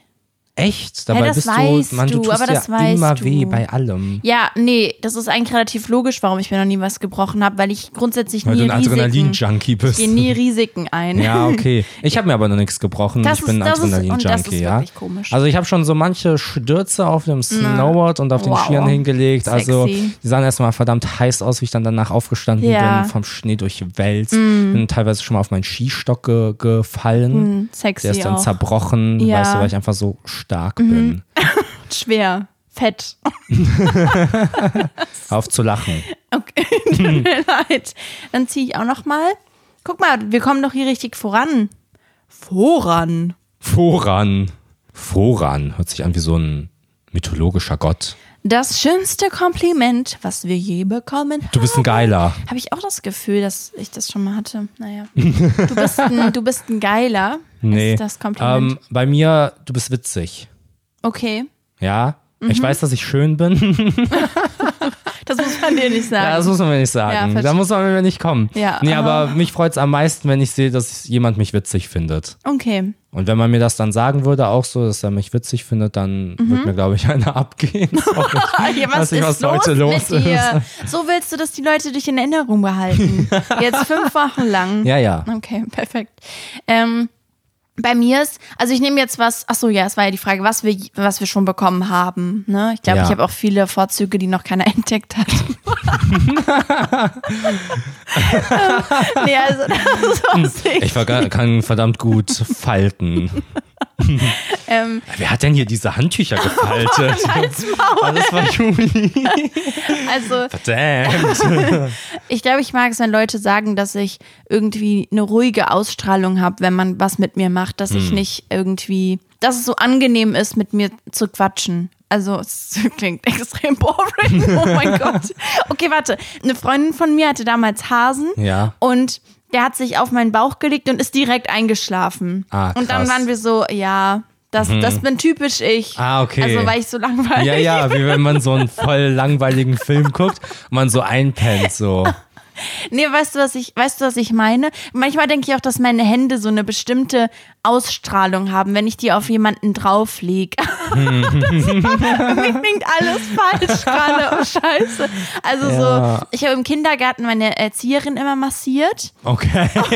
Speaker 2: Echt? Dabei
Speaker 1: das
Speaker 2: bist
Speaker 1: weißt
Speaker 2: du, Mann, du
Speaker 1: du,
Speaker 2: tust
Speaker 1: aber das
Speaker 2: ja
Speaker 1: weißt
Speaker 2: immer
Speaker 1: du.
Speaker 2: weh bei allem.
Speaker 1: Ja, nee, das ist eigentlich relativ logisch, warum ich mir noch nie was gebrochen habe, weil ich grundsätzlich
Speaker 2: Weil du
Speaker 1: nie
Speaker 2: ein
Speaker 1: Risiken,
Speaker 2: Adrenalin-Junkie bist.
Speaker 1: gehe nie Risiken ein.
Speaker 2: Ja, okay. Ich habe mir aber noch nichts gebrochen.
Speaker 1: Das
Speaker 2: ich bin
Speaker 1: ist- das ist- und
Speaker 2: Adrenalin-Junkie,
Speaker 1: das ist
Speaker 2: ja.
Speaker 1: wirklich komisch.
Speaker 2: Also ich habe schon so manche Stürze auf dem Snowboard und auf den
Speaker 1: Wow.
Speaker 2: Skiern hingelegt. Also
Speaker 1: Sexy.
Speaker 2: die sahen erstmal verdammt heiß aus, wie ich dann danach aufgestanden
Speaker 1: Ja. Mm.
Speaker 2: bin, vom Schnee durchwälzt. Bin teilweise schon mal auf meinen Skistock ge gefallen.
Speaker 1: Hm, Sexy
Speaker 2: Der ist dann
Speaker 1: Mm. auch.
Speaker 2: zerbrochen,
Speaker 1: Ja. Mhm.
Speaker 2: weißt du, weil ich einfach so stark bin.
Speaker 1: Schwer, fett.
Speaker 2: Hör Auf zu lachen.
Speaker 1: Okay, tut
Speaker 2: Hm.
Speaker 1: mir leid. Dann ziehe ich auch noch mal. Guck mal, wir kommen doch hier richtig voran. Voran.
Speaker 2: Voran. Voran hört sich an wie so ein mythologischer Gott.
Speaker 1: Das schönste Kompliment, was wir je bekommen
Speaker 2: Du bist ein Geiler.
Speaker 1: Habe ich auch Ah, das Gefühl, dass ich das schon mal hatte. Naja. Du bist ein, du bist ein Geiler.
Speaker 2: Nee.
Speaker 1: Ist das Kompliment.
Speaker 2: Ähm, bei mir, du bist witzig.
Speaker 1: okay.
Speaker 2: Ja. Ich
Speaker 1: Mhm.
Speaker 2: weiß, dass ich schön bin.
Speaker 1: Das muss man dir nicht
Speaker 2: Ja,
Speaker 1: sagen.
Speaker 2: das muss man mir nicht sagen.
Speaker 1: verstehe.
Speaker 2: da muss man mir nicht kommen.
Speaker 1: Ja,
Speaker 2: nee, aber mich freut es am meisten, wenn ich sehe, dass jemand mich witzig findet.
Speaker 1: okay.
Speaker 2: Und wenn man mir das dann sagen würde, auch so, dass er mich witzig findet, dann
Speaker 1: Mhm.
Speaker 2: wird mir, glaube ich, einer abgehen. Sorry.
Speaker 1: Ah, hier, was
Speaker 2: Weiß nicht,
Speaker 1: ist
Speaker 2: was
Speaker 1: los,
Speaker 2: heute los
Speaker 1: mit dir? So willst du, dass die Leute dich in Erinnerung behalten. Jetzt fünf Wochen lang.
Speaker 2: ja, ja.
Speaker 1: Okay, perfekt. Ähm, bei mir ist, also ich nehme jetzt was, ach so, ja, es war ja die Frage, was wir, was wir schon bekommen haben. Ne? Ich glaube,
Speaker 2: Ja.
Speaker 1: ich habe auch viele Vorzüge, die noch keiner entdeckt hat. ähm, nee, also das ist
Speaker 2: Hm. Ich verga- kann verdammt gut falten.
Speaker 1: ähm,
Speaker 2: Wer hat denn hier diese Handtücher gefaltet? Alles war Juli.
Speaker 1: Also
Speaker 2: Damn.
Speaker 1: ich glaube, ich mag es, wenn Leute sagen, dass ich irgendwie eine ruhige Ausstrahlung habe, wenn man was mit mir macht, dass
Speaker 2: Hm.
Speaker 1: ich nicht irgendwie, dass es so angenehm ist, mit mir zu quatschen. Also es klingt extrem boring. Oh mein Gott. Okay, warte. Eine Freundin von mir hatte damals Hasen.
Speaker 2: Ja.
Speaker 1: Und der hat sich auf meinen Bauch gelegt und ist direkt eingeschlafen.
Speaker 2: Ah, krass. Mhm.
Speaker 1: Und dann waren wir so, ja, das, das bin typisch ich.
Speaker 2: Ah, okay.
Speaker 1: Also weil ich so langweilig
Speaker 2: Ja, ja, wie wenn man so einen voll langweiligen Film guckt und man so einpennt, so.
Speaker 1: Nee, weißt du, was ich, weißt du, was ich meine? Manchmal denke ich auch, dass meine Hände so eine bestimmte Ausstrahlung haben, wenn ich die auf jemanden drauf lieg. Das Irgendwie klingt alles falsch gerade. Oh, scheiße. Also
Speaker 2: Ja.
Speaker 1: so, ich habe im Kindergarten meine Erzieherin immer massiert.
Speaker 2: Okay.
Speaker 1: Ich hab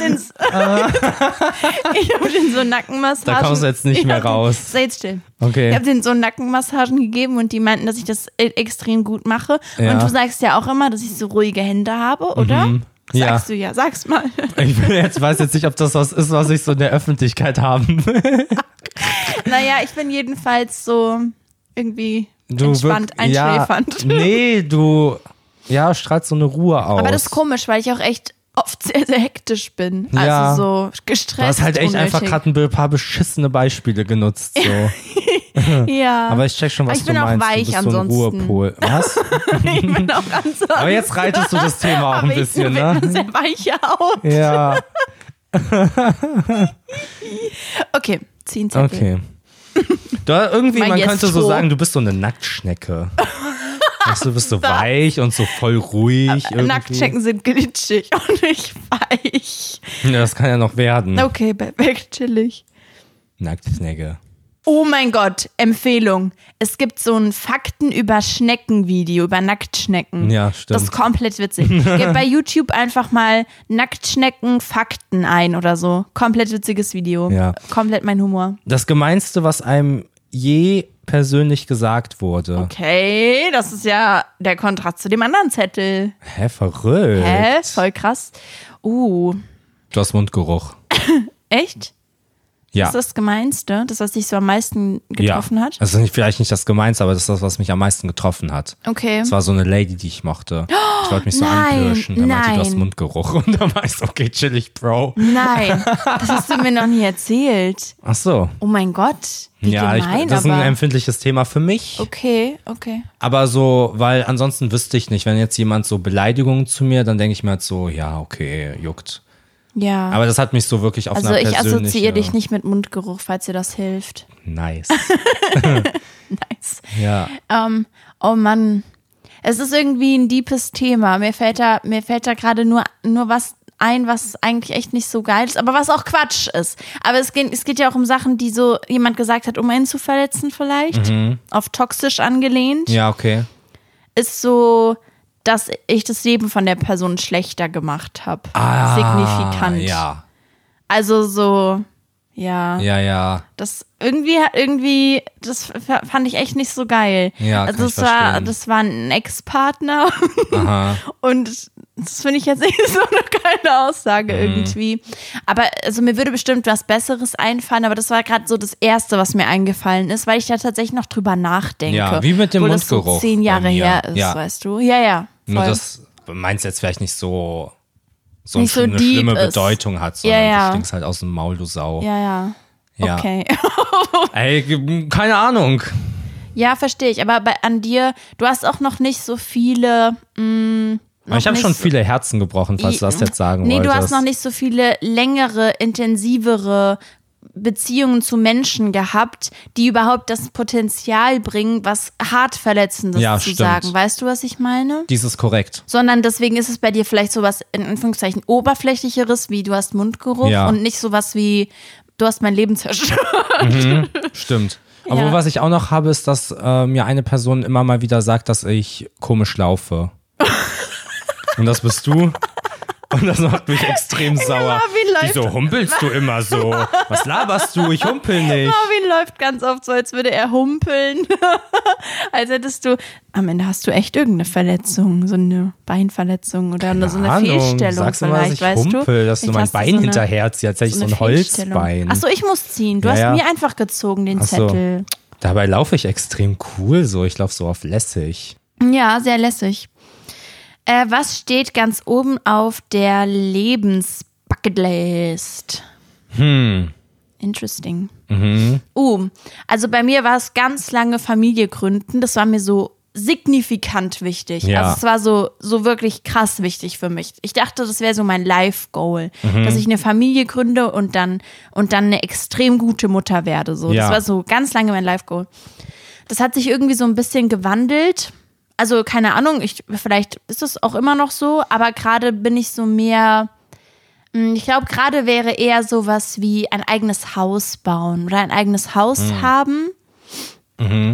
Speaker 1: den, so- ich hab den so Nackenmassage.
Speaker 2: Da kommst du jetzt nicht mehr raus.
Speaker 1: Sei jetzt still.
Speaker 2: Okay.
Speaker 1: Ich habe denen so Nackenmassagen gegeben und die meinten, dass ich das e- extrem gut mache.
Speaker 2: Ja.
Speaker 1: Und du sagst ja auch immer, dass ich so ruhige Hände habe, oder?
Speaker 2: Mhm. Ja.
Speaker 1: Sagst du ja, sag's mal.
Speaker 2: Ich bin jetzt, weiß jetzt nicht, ob das was ist, was ich so in der Öffentlichkeit haben will.
Speaker 1: naja, ich bin jedenfalls so irgendwie entspannt,
Speaker 2: wirk-
Speaker 1: einschläfernd.
Speaker 2: Ja, nee, du ja, strahlst so eine Ruhe aus.
Speaker 1: Aber das ist komisch, weil ich auch echt oft sehr, sehr hektisch bin.
Speaker 2: Ja.
Speaker 1: Also so
Speaker 2: Du
Speaker 1: gestresst.
Speaker 2: hast halt echt
Speaker 1: unnötig.
Speaker 2: einfach gerade ein paar beschissene Beispiele genutzt. So.
Speaker 1: Ja.
Speaker 2: Aber ich check schon, was
Speaker 1: Ich bin
Speaker 2: du
Speaker 1: auch
Speaker 2: meinst.
Speaker 1: weich
Speaker 2: du bist
Speaker 1: ansonsten.
Speaker 2: so ein Ruhepol. Was?
Speaker 1: ich bin auch ganz
Speaker 2: Aber jetzt reitest du das Thema auch ein bisschen,
Speaker 1: ich
Speaker 2: ne?
Speaker 1: bin eine sehr weiche Haut.
Speaker 2: Ja,
Speaker 1: Okay, ziehen Zettel.
Speaker 2: okay. Du, irgendwie,
Speaker 1: Mein
Speaker 2: man
Speaker 1: Yes
Speaker 2: könnte so
Speaker 1: Stroh.
Speaker 2: sagen, du bist so eine Nacktschnecke. Weißt du, du bist so weich und so voll
Speaker 1: Äh,
Speaker 2: ruhig. irgendwie.
Speaker 1: Nacktchecken sind glitschig und nicht weich.
Speaker 2: Ja, das kann ja noch werden.
Speaker 1: Okay, perfekt, chillig.
Speaker 2: Nacktschnecke.
Speaker 1: Oh mein Gott, Empfehlung. Es gibt so ein Fakten über Schnecken-Video, über Nacktschnecken.
Speaker 2: Ja, stimmt.
Speaker 1: Das ist komplett witzig. Gebt bei YouTube einfach mal Nacktschnecken-Fakten ein oder so. Komplett witziges Video.
Speaker 2: Ja.
Speaker 1: Komplett mein Humor.
Speaker 2: Das Gemeinste, was einem je persönlich gesagt wurde.
Speaker 1: Okay, das ist ja der Kontrast zu dem anderen Zettel.
Speaker 2: Hä, verrückt.
Speaker 1: Hä? Voll krass. Uh,
Speaker 2: Du hast Mundgeruch.
Speaker 1: echt?
Speaker 2: Ja.
Speaker 1: Ist das das Gemeinste? Das, was dich so am meisten getroffen
Speaker 2: ja.
Speaker 1: hat?
Speaker 2: Also nicht, vielleicht nicht das Gemeinste, aber das ist das, was mich am meisten getroffen hat.
Speaker 1: Okay.
Speaker 2: Also Es war so eine Lady, die ich mochte. Ich wollte mich so
Speaker 1: nein,
Speaker 2: anpirschen. Da meinte,
Speaker 1: nein.
Speaker 2: du hast Mundgeruch. Und da war ich so, okay, chillig, Bro.
Speaker 1: Nein, das hast du mir noch nie erzählt.
Speaker 2: Ach so.
Speaker 1: Oh mein Gott, wie
Speaker 2: ja,
Speaker 1: gemein,
Speaker 2: ich, das ist
Speaker 1: aber... Oh.
Speaker 2: ein empfindliches Thema für mich.
Speaker 1: Okay, okay.
Speaker 2: Aber so, weil ansonsten wüsste ich nicht, wenn jetzt jemand so Beleidigungen zu mir, dann denke ich mir halt so, ja, okay, juckt.
Speaker 1: Ja.
Speaker 2: Aber das hat mich so wirklich auf
Speaker 1: also
Speaker 2: einer
Speaker 1: ich
Speaker 2: persönlichen...
Speaker 1: assoziiere dich nicht mit Mundgeruch, falls dir das hilft.
Speaker 2: Nice. nice. Ja.
Speaker 1: Ähm, oh Mann. Es ist irgendwie ein deepes Thema. Mir fällt da, mir fällt da gerade nur, nur was ein, was eigentlich echt nicht so geil ist, aber was auch Quatsch ist. Aber es geht, es geht ja auch um Sachen, die so jemand gesagt hat, um einen zu verletzen vielleicht.
Speaker 2: Mhm.
Speaker 1: Auf toxisch angelehnt.
Speaker 2: Ja, okay.
Speaker 1: Ist so, dass ich das Leben von der Person schlechter gemacht habe.
Speaker 2: Ah,
Speaker 1: Signifikant.
Speaker 2: Ja,
Speaker 1: Also so, ja.
Speaker 2: ja, ja.
Speaker 1: Das irgendwie, irgendwie, das f- fand ich echt nicht so geil.
Speaker 2: Ja,
Speaker 1: also
Speaker 2: kann
Speaker 1: das
Speaker 2: ich
Speaker 1: war,
Speaker 2: verstehen.
Speaker 1: das war ein Ex-Partner
Speaker 2: Aha.
Speaker 1: und das finde ich jetzt nicht so eine geile Aussage
Speaker 2: Mhm.
Speaker 1: irgendwie. Aber also mir würde bestimmt was Besseres einfallen, aber das war gerade so das Erste, was mir eingefallen ist, weil ich da tatsächlich noch drüber nachdenke.
Speaker 2: Ja, wie mit dem
Speaker 1: obwohl das So
Speaker 2: Mundgeruch
Speaker 1: zehn
Speaker 2: bei
Speaker 1: Jahre
Speaker 2: mir.
Speaker 1: her ist,
Speaker 2: Ja.
Speaker 1: weißt du? Ja, ja. Voll.
Speaker 2: Nur das meinst jetzt vielleicht nicht so, so
Speaker 1: Nicht so
Speaker 2: eine
Speaker 1: deep
Speaker 2: schlimme
Speaker 1: ist.
Speaker 2: Bedeutung hat,
Speaker 1: Ja,
Speaker 2: sondern
Speaker 1: ja.
Speaker 2: du stinkst halt aus dem Maul, du Sau.
Speaker 1: ja, ja.
Speaker 2: Ja.
Speaker 1: Okay.
Speaker 2: Ey, ge- keine Ahnung.
Speaker 1: Ja, verstehe ich. Aber bei, an dir, du hast auch noch nicht so viele. Mh, noch
Speaker 2: ich habe
Speaker 1: nicht
Speaker 2: schon
Speaker 1: so-
Speaker 2: viele Herzen gebrochen, falls du das jetzt sagen
Speaker 1: nee,
Speaker 2: wolltest.
Speaker 1: du hast noch nicht so viele längere, intensivere Beziehungen zu Menschen gehabt, die überhaupt das Potenzial bringen, was hart Verletzendes
Speaker 2: Ja,
Speaker 1: zu
Speaker 2: stimmt.
Speaker 1: sagen. Weißt du, was ich meine?
Speaker 2: Dies ist korrekt.
Speaker 1: Sondern deswegen ist es bei dir vielleicht sowas in Anführungszeichen oberflächlicheres, wie du hast Mundgeruch
Speaker 2: Ja.
Speaker 1: und nicht sowas wie du hast mein Leben zerstört.
Speaker 2: Stimmt. Aber
Speaker 1: Ja.
Speaker 2: was ich auch noch habe, ist, dass äh, mir eine Person immer mal wieder sagt, dass ich komisch laufe. Und das bist du. Und das macht mich extrem sauer.
Speaker 1: wie läuft-
Speaker 2: Wieso humpelst du immer so? Was laberst du? Ich humpel nicht.
Speaker 1: Marvin läuft ganz oft so, als würde er humpeln. als hättest du, am Ende hast du echt irgendeine Verletzung, so eine Beinverletzung oder so eine
Speaker 2: Ahnung,
Speaker 1: Fehlstellung
Speaker 2: sagst du mal, dass
Speaker 1: vielleicht, weißt
Speaker 2: ich humpel,
Speaker 1: du?
Speaker 2: dass du
Speaker 1: Vielleicht
Speaker 2: mein
Speaker 1: hast
Speaker 2: Bein
Speaker 1: so eine-
Speaker 2: hinterherziehst, als hätte ich so ein
Speaker 1: Fehlstellung.
Speaker 2: Holzbein.
Speaker 1: Ach so, ich muss ziehen. Du
Speaker 2: Ja,
Speaker 1: hast
Speaker 2: ja.
Speaker 1: mir einfach gezogen den
Speaker 2: Ach so.
Speaker 1: Zettel.
Speaker 2: Dabei laufe ich extrem cool so. Ich laufe so auf lässig.
Speaker 1: Ja, sehr lässig. Äh, was steht ganz oben auf der Lebensbucketlist? Hm. Interesting. Uh, also bei mir war es ganz lange Familie gründen. Das war mir so signifikant wichtig.
Speaker 2: Ja.
Speaker 1: Also es war so, so wirklich krass wichtig für mich. Ich dachte, das wäre so mein Life-Goal, dass ich eine Familie gründe und dann, und dann eine extrem gute Mutter werde. So.
Speaker 2: Ja.
Speaker 1: Das war so ganz lange mein Life-Goal. Das hat sich irgendwie so ein bisschen gewandelt. Also keine Ahnung, ich, vielleicht ist es auch immer noch so, aber gerade bin ich so mehr, mh, ich glaube, gerade wäre eher sowas wie ein eigenes Haus bauen oder ein eigenes Haus
Speaker 2: Mhm.
Speaker 1: haben.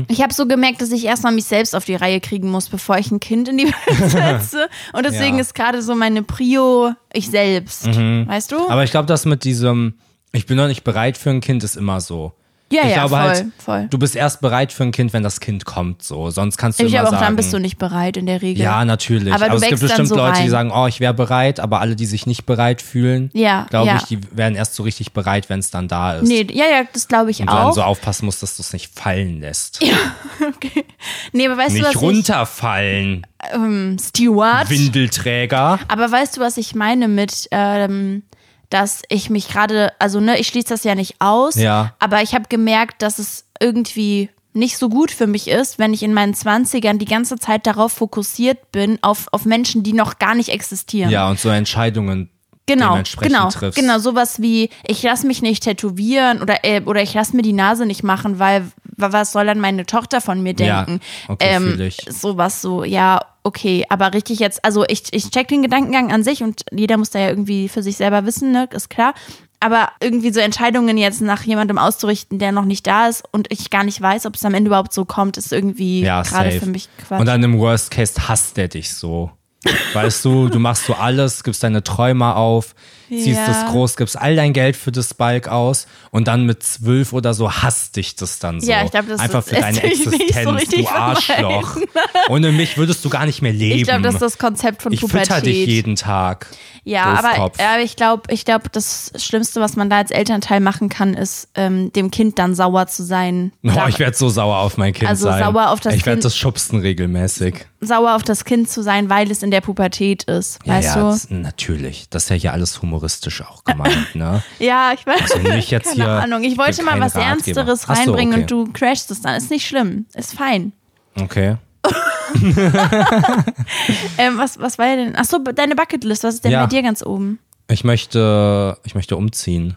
Speaker 1: Ich habe so gemerkt, dass ich erstmal mich selbst auf die Reihe kriegen muss, bevor ich ein Kind in die Welt setze. Und deswegen
Speaker 2: Ja. Mhm.
Speaker 1: ist gerade so meine Prio ich selbst. Weißt du?
Speaker 2: Aber ich glaube, das mit diesem, ich bin noch nicht bereit für ein Kind, ist immer so.
Speaker 1: Ja,
Speaker 2: ich
Speaker 1: ja,
Speaker 2: glaube
Speaker 1: voll,
Speaker 2: halt,
Speaker 1: voll.
Speaker 2: du bist erst bereit für ein Kind, wenn das Kind kommt. So, sonst kannst du
Speaker 1: Ich
Speaker 2: immer
Speaker 1: glaube, auch
Speaker 2: sagen,
Speaker 1: dann bist du nicht bereit in der Regel.
Speaker 2: ja, natürlich.
Speaker 1: Aber du
Speaker 2: es gibt
Speaker 1: wächst dann
Speaker 2: bestimmt
Speaker 1: so
Speaker 2: Leute, die
Speaker 1: rein.
Speaker 2: sagen, oh, ich wäre bereit, aber alle, die sich nicht bereit fühlen,
Speaker 1: Ja,
Speaker 2: glaube
Speaker 1: ja.
Speaker 2: ich, die werden erst so richtig bereit, wenn es dann da ist.
Speaker 1: Nee, ja, ja, das glaube ich
Speaker 2: Und du dann
Speaker 1: auch.
Speaker 2: so aufpassen musst, dass du es nicht fallen lässt.
Speaker 1: okay. Nee, aber weißt du, was
Speaker 2: nicht runterfallen,
Speaker 1: ich, Steward.
Speaker 2: Windelträger.
Speaker 1: Aber weißt du, was ich meine mit, ähm, dass ich mich gerade, also ne, ich schließe das ja nicht aus,
Speaker 2: Ja.
Speaker 1: aber ich habe gemerkt, dass es irgendwie nicht so gut für mich ist, wenn ich in meinen 20ern die ganze Zeit darauf fokussiert bin, auf, auf Menschen, die noch gar nicht existieren.
Speaker 2: Ja, und so Entscheidungen
Speaker 1: Genau,
Speaker 2: dementsprechend
Speaker 1: genau,
Speaker 2: triffst.
Speaker 1: genau, sowas wie, ich lasse mich nicht tätowieren oder, äh, oder ich lasse mir die Nase nicht machen, weil wa- was soll dann meine Tochter von mir
Speaker 2: Ja,
Speaker 1: denken? Ähm,
Speaker 2: okay, fühl ich.
Speaker 1: Sowas so, ja, okay, aber richtig jetzt, also ich, ich check den Gedankengang an sich und jeder muss da ja irgendwie für sich selber wissen, ne, ist klar. Aber irgendwie so Entscheidungen jetzt nach jemandem auszurichten, der noch nicht da ist und ich gar nicht weiß, ob es am Ende überhaupt so kommt, ist irgendwie
Speaker 2: Ja,
Speaker 1: gerade
Speaker 2: safe.
Speaker 1: für mich Quatsch.
Speaker 2: Und dann im Worst Case hasst er dich so. Weißt du, du machst so alles, gibst deine Träume auf, ziehst
Speaker 1: Ja.
Speaker 2: das groß, gibst all dein Geld für das Bike aus und dann mit zwölf oder so hasst dich das dann so.
Speaker 1: Ja, ich glaub, das
Speaker 2: Einfach
Speaker 1: ist-
Speaker 2: für deine
Speaker 1: ist nicht so
Speaker 2: Existenz,
Speaker 1: richtig
Speaker 2: du Arschloch. Ohne mich würdest du gar nicht mehr leben.
Speaker 1: ich glaube, das ist das Konzept von
Speaker 2: Ich
Speaker 1: Pubertät.
Speaker 2: fütter dich jeden Tag.
Speaker 1: Ja, aber,
Speaker 2: Doofkopf.
Speaker 1: aber ich glaube, ich glaub, das Schlimmste, was man da als Elternteil machen kann, ist, ähm, dem Kind dann sauer zu sein.
Speaker 2: Oh,
Speaker 1: Da-
Speaker 2: ich werde so sauer auf mein Kind
Speaker 1: Also
Speaker 2: sein.
Speaker 1: sauer auf das
Speaker 2: ich werde
Speaker 1: Kind.
Speaker 2: das schubsen regelmäßig.
Speaker 1: sauer auf das Kind zu sein, weil es in der Pubertät ist. Weißt
Speaker 2: ja, ja,
Speaker 1: du?
Speaker 2: Das, natürlich. Das ist ja hier alles humoristisch auch gemeint, ne?
Speaker 1: Ja, ich weiß.
Speaker 2: Also nicht jetzt
Speaker 1: Keine
Speaker 2: hier-
Speaker 1: Ahnung. Ich wollte
Speaker 2: bin
Speaker 1: mal
Speaker 2: kein
Speaker 1: was
Speaker 2: Ratgeber.
Speaker 1: Ernsteres
Speaker 2: Ach so,
Speaker 1: reinbringen
Speaker 2: okay.
Speaker 1: und du crashst es dann. Ist nicht schlimm. Ist fein.
Speaker 2: Okay.
Speaker 1: Ähm, was, was war denn? Achso, deine Bucketlist. Was ist denn
Speaker 2: Ja.
Speaker 1: bei dir ganz oben?
Speaker 2: Ich möchte, ich möchte umziehen.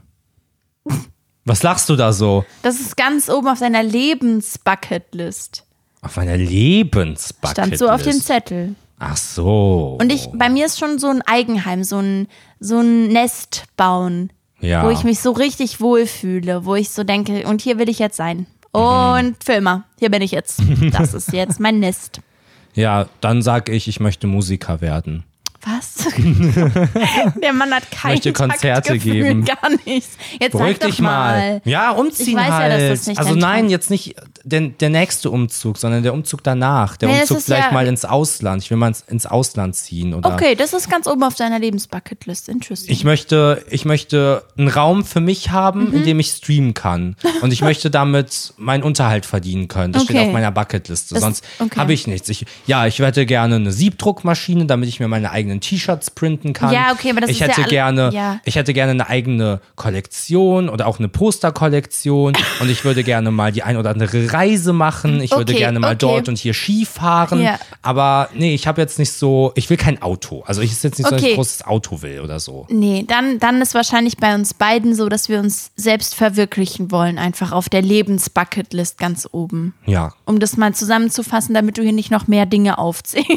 Speaker 2: Was lachst du da so?
Speaker 1: Das ist ganz oben auf deiner Lebensbucketlist.
Speaker 2: Auf meiner Lebensbucketlist.
Speaker 1: Stand so auf dem Zettel.
Speaker 2: Ach so.
Speaker 1: Und ich, bei mir ist schon so ein Eigenheim, so ein, so ein Nest bauen,
Speaker 2: ja.
Speaker 1: wo ich mich so richtig wohlfühle, wo ich so denke, und hier will ich jetzt sein.
Speaker 2: Mhm.
Speaker 1: Und für immer. Hier bin ich jetzt. Das ist jetzt mein Nest.
Speaker 2: ja, dann sag ich, ich möchte Musiker werden.
Speaker 1: Was? Der Mann hat kein
Speaker 2: Möchte Konzerte
Speaker 1: Taktgefühl,
Speaker 2: geben.
Speaker 1: gar nichts. Jetzt
Speaker 2: Beruhig
Speaker 1: sag doch
Speaker 2: dich mal. Ja, umziehen
Speaker 1: Ich weiß ja,
Speaker 2: halt.
Speaker 1: dass das nicht
Speaker 2: also
Speaker 1: dein
Speaker 2: nein,
Speaker 1: Traum-
Speaker 2: jetzt nicht der, der nächste Umzug, sondern der Umzug danach. Der
Speaker 1: Nee, das
Speaker 2: Umzug
Speaker 1: ist
Speaker 2: vielleicht
Speaker 1: ja-
Speaker 2: mal ins Ausland. Ich will mal ins, ins Ausland ziehen oder
Speaker 1: Okay, das ist ganz oben auf deiner Lebensbucketlist. Interesting.
Speaker 2: ich möchte, ich möchte einen Raum für mich haben,
Speaker 1: Mhm.
Speaker 2: in dem ich streamen kann. Und ich möchte damit meinen Unterhalt verdienen können. Das steht
Speaker 1: Okay.
Speaker 2: auf meiner Bucketliste.
Speaker 1: Das-
Speaker 2: Sonst
Speaker 1: okay.
Speaker 2: habe ich nichts. Ich, ja, ich hätte gerne eine Siebdruckmaschine, damit ich mir meine eigenen T-Shirts printen kann.
Speaker 1: Ja, okay, aber das
Speaker 2: ich
Speaker 1: ist ja
Speaker 2: hätte
Speaker 1: alle-
Speaker 2: gerne,
Speaker 1: ja.
Speaker 2: Ich hätte gerne eine eigene Kollektion oder auch eine Posterkollektion. und ich würde gerne mal die ein oder andere Reise machen. Ich würde
Speaker 1: Okay,
Speaker 2: gerne mal
Speaker 1: okay.
Speaker 2: dort und hier Ski fahren.
Speaker 1: Ja.
Speaker 2: Aber nee, ich habe jetzt nicht so, ich will kein Auto. Also ich ist jetzt nicht so, dass ich
Speaker 1: Okay.
Speaker 2: ein großes Auto will oder so.
Speaker 1: Nee, dann, dann ist wahrscheinlich bei uns beiden so, dass wir uns selbst verwirklichen wollen, einfach auf der Lebensbucketlist ganz oben.
Speaker 2: Ja,
Speaker 1: Um das mal zusammenzufassen, damit du hier nicht noch mehr Dinge aufzählst.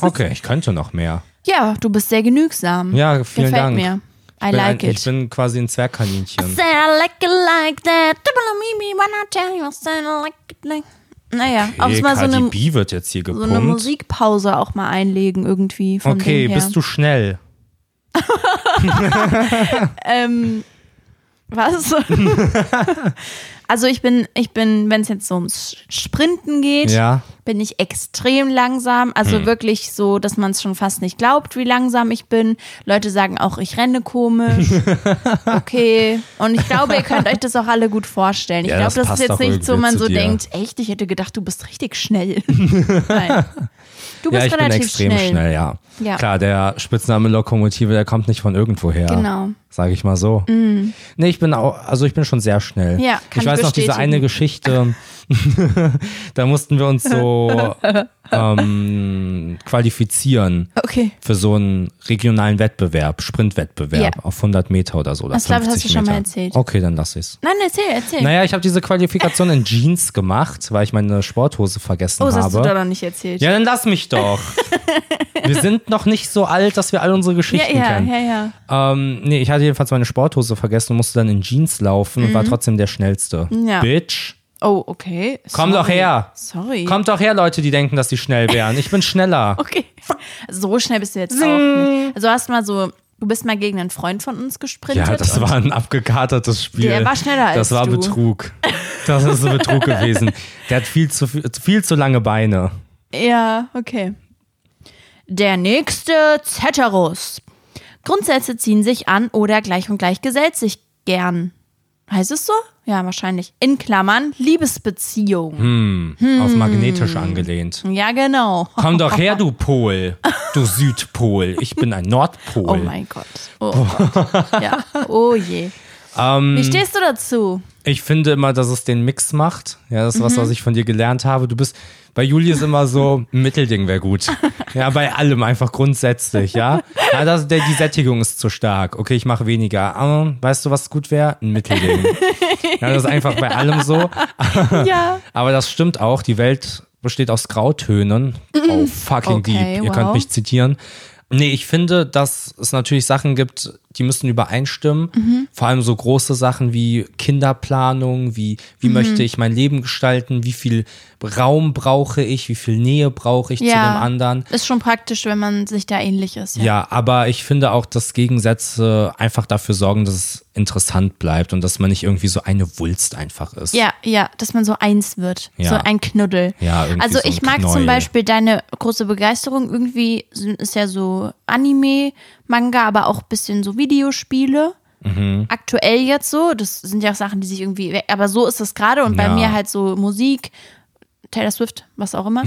Speaker 2: Okay, ich könnte noch mehr.
Speaker 1: Ja, du bist sehr genügsam.
Speaker 2: Ja, vielen
Speaker 1: Gefällt
Speaker 2: Dank.
Speaker 1: mir. I
Speaker 2: Ich bin
Speaker 1: like
Speaker 2: ein,
Speaker 1: it.
Speaker 2: Ich bin quasi ein Zwergkaninchen.
Speaker 1: Say I like it like that. Double me me when I tell you. Say I like it like Naja, auch
Speaker 2: Hey,
Speaker 1: mal so eine,
Speaker 2: KDB wird jetzt hier
Speaker 1: so eine
Speaker 2: gepumpt.
Speaker 1: Musikpause auch mal einlegen irgendwie. Von
Speaker 2: okay,
Speaker 1: dem her.
Speaker 2: bist du schnell?
Speaker 1: Was? also ich bin, ich bin, wenn es jetzt so ums Sprinten geht,
Speaker 2: Ja.
Speaker 1: bin ich extrem langsam.
Speaker 2: Hm.
Speaker 1: Also wirklich so, dass man es schon fast nicht glaubt, wie langsam ich bin. Leute sagen auch, ich renne komisch. okay. Und ich glaube, ihr könnt euch das auch alle gut vorstellen. Ich
Speaker 2: Ja, das
Speaker 1: glaube, das,
Speaker 2: passt
Speaker 1: ist
Speaker 2: auch
Speaker 1: jetzt nicht so,
Speaker 2: irgendwie
Speaker 1: man
Speaker 2: zu
Speaker 1: so
Speaker 2: dir.
Speaker 1: denkt, echt, ich hätte gedacht, du bist richtig schnell. Nein. Du bist
Speaker 2: ja, ich bin
Speaker 1: relativ
Speaker 2: extrem schnell, ja.
Speaker 1: Ja.
Speaker 2: Klar, der Spitzname Lokomotive, der kommt nicht von irgendwoher.
Speaker 1: Genau. Mm.
Speaker 2: Sag ich mal so. Nee, ich bin auch, also ich bin schon sehr schnell.
Speaker 1: Ja, kann
Speaker 2: ich
Speaker 1: ich
Speaker 2: weiß noch diese
Speaker 1: bestätigen.
Speaker 2: eine Geschichte, da mussten wir uns so ähm, qualifizieren.
Speaker 1: Okay.
Speaker 2: für so einen regionalen Wettbewerb, Sprintwettbewerb
Speaker 1: Ja.
Speaker 2: auf 100 Meter oder so. Oder
Speaker 1: Das, glaub ich, hast
Speaker 2: 50
Speaker 1: du schon
Speaker 2: Meter.
Speaker 1: mal erzählt.
Speaker 2: Okay, dann lass ich's.
Speaker 1: Nein, erzähl, erzähl.
Speaker 2: Naja, ich habe diese Qualifikation in Jeans gemacht, weil ich meine Sporthose vergessen
Speaker 1: oh, das hast du
Speaker 2: habe.
Speaker 1: da noch nicht erzählt.
Speaker 2: Ja, dann lass mich doch. wir sind noch nicht so alt, dass wir all unsere
Speaker 1: ja,
Speaker 2: Geschichten
Speaker 1: ja,
Speaker 2: kennen.
Speaker 1: ja, ja.
Speaker 2: Ähm, nee, ich hatte jedenfalls meine Sporthose vergessen und musste dann in Jeans laufen und war trotzdem der Schnellste.
Speaker 1: Mhm. Ja.
Speaker 2: Bitch.
Speaker 1: Oh, okay.
Speaker 2: Komm
Speaker 1: Sorry.
Speaker 2: doch her.
Speaker 1: Sorry.
Speaker 2: Kommt doch her, Leute, die denken, dass sie schnell wären. Ich bin schneller.
Speaker 1: Okay. So schnell bist du jetzt auch nicht. Also hast mal so, du bist mal gegen einen Freund von uns gesprintet.
Speaker 2: Ja, das
Speaker 1: und-
Speaker 2: war ein abgekatertes Spiel.
Speaker 1: Der war schneller als
Speaker 2: Das war
Speaker 1: du.
Speaker 2: Betrug. Das ist ein Betrug gewesen. Der hat viel zu, viel, viel zu lange Beine.
Speaker 1: Ja, okay. Der nächste Ceterus. Grundsätze ziehen sich an oder gleich und gleich gesellt sich gern. Heißt es so? Ja, wahrscheinlich. In Klammern Liebesbeziehung. Hm.
Speaker 2: Auf magnetisch angelehnt.
Speaker 1: Ja, genau.
Speaker 2: Hm. Komm doch her, du Pol. Du Südpol. Ich bin ein
Speaker 1: Oh
Speaker 2: Nordpol.
Speaker 1: mein Gott. Oh Gott. Ja. Oh je.
Speaker 2: Ähm.
Speaker 1: Wie stehst du dazu?
Speaker 2: Ich finde immer, dass es den Mix macht. Ja, das ist was, was ich von dir gelernt habe. Du bist bei Juli ist immer so, ein Mittelding wäre gut. Ja, bei allem einfach grundsätzlich, ja. ja das, der, die Sättigung ist zu stark. Okay, ich mache weniger. Ah, weißt du, was gut wäre? Ein Mittelding. Ja, das ist einfach bei allem so.
Speaker 1: Ja.
Speaker 2: Aber das stimmt auch. Die Welt besteht aus Grautönen. Oh, fucking
Speaker 1: Mhm. Okay,
Speaker 2: deep. Ihr
Speaker 1: wow.
Speaker 2: könnt mich zitieren. Nee, ich finde, dass es natürlich Sachen gibt, die müssen übereinstimmen.
Speaker 1: Mhm.
Speaker 2: Vor allem so große Sachen wie Kinderplanung, wie, wie
Speaker 1: Mhm.
Speaker 2: möchte ich mein Leben gestalten, wie viel Raum brauche ich, wie viel Nähe brauche ich zu
Speaker 1: Ja.
Speaker 2: dem anderen.
Speaker 1: Ist schon praktisch, wenn man sich da ähnlich ist. Ja.
Speaker 2: Ja, aber ich finde auch, dass Gegensätze einfach dafür sorgen, dass es interessant bleibt und dass man nicht irgendwie so eine Wulst einfach ist.
Speaker 1: Ja, ja, dass man so eins wird.
Speaker 2: Ja.
Speaker 1: So ein Knuddel.
Speaker 2: Ja, irgendwie
Speaker 1: also
Speaker 2: so ein
Speaker 1: ich mag
Speaker 2: Knäuel.
Speaker 1: zum Beispiel deine große Begeisterung. Irgendwie sind- ist ja so Anime, Manga, aber auch ein bisschen so Videospiele.
Speaker 2: Mhm.
Speaker 1: Aktuell jetzt so. Das sind ja auch Sachen, die sich irgendwie. we- Aber so ist es gerade. Und
Speaker 2: Ja.
Speaker 1: bei mir halt so Musik. Taylor Swift, was auch immer.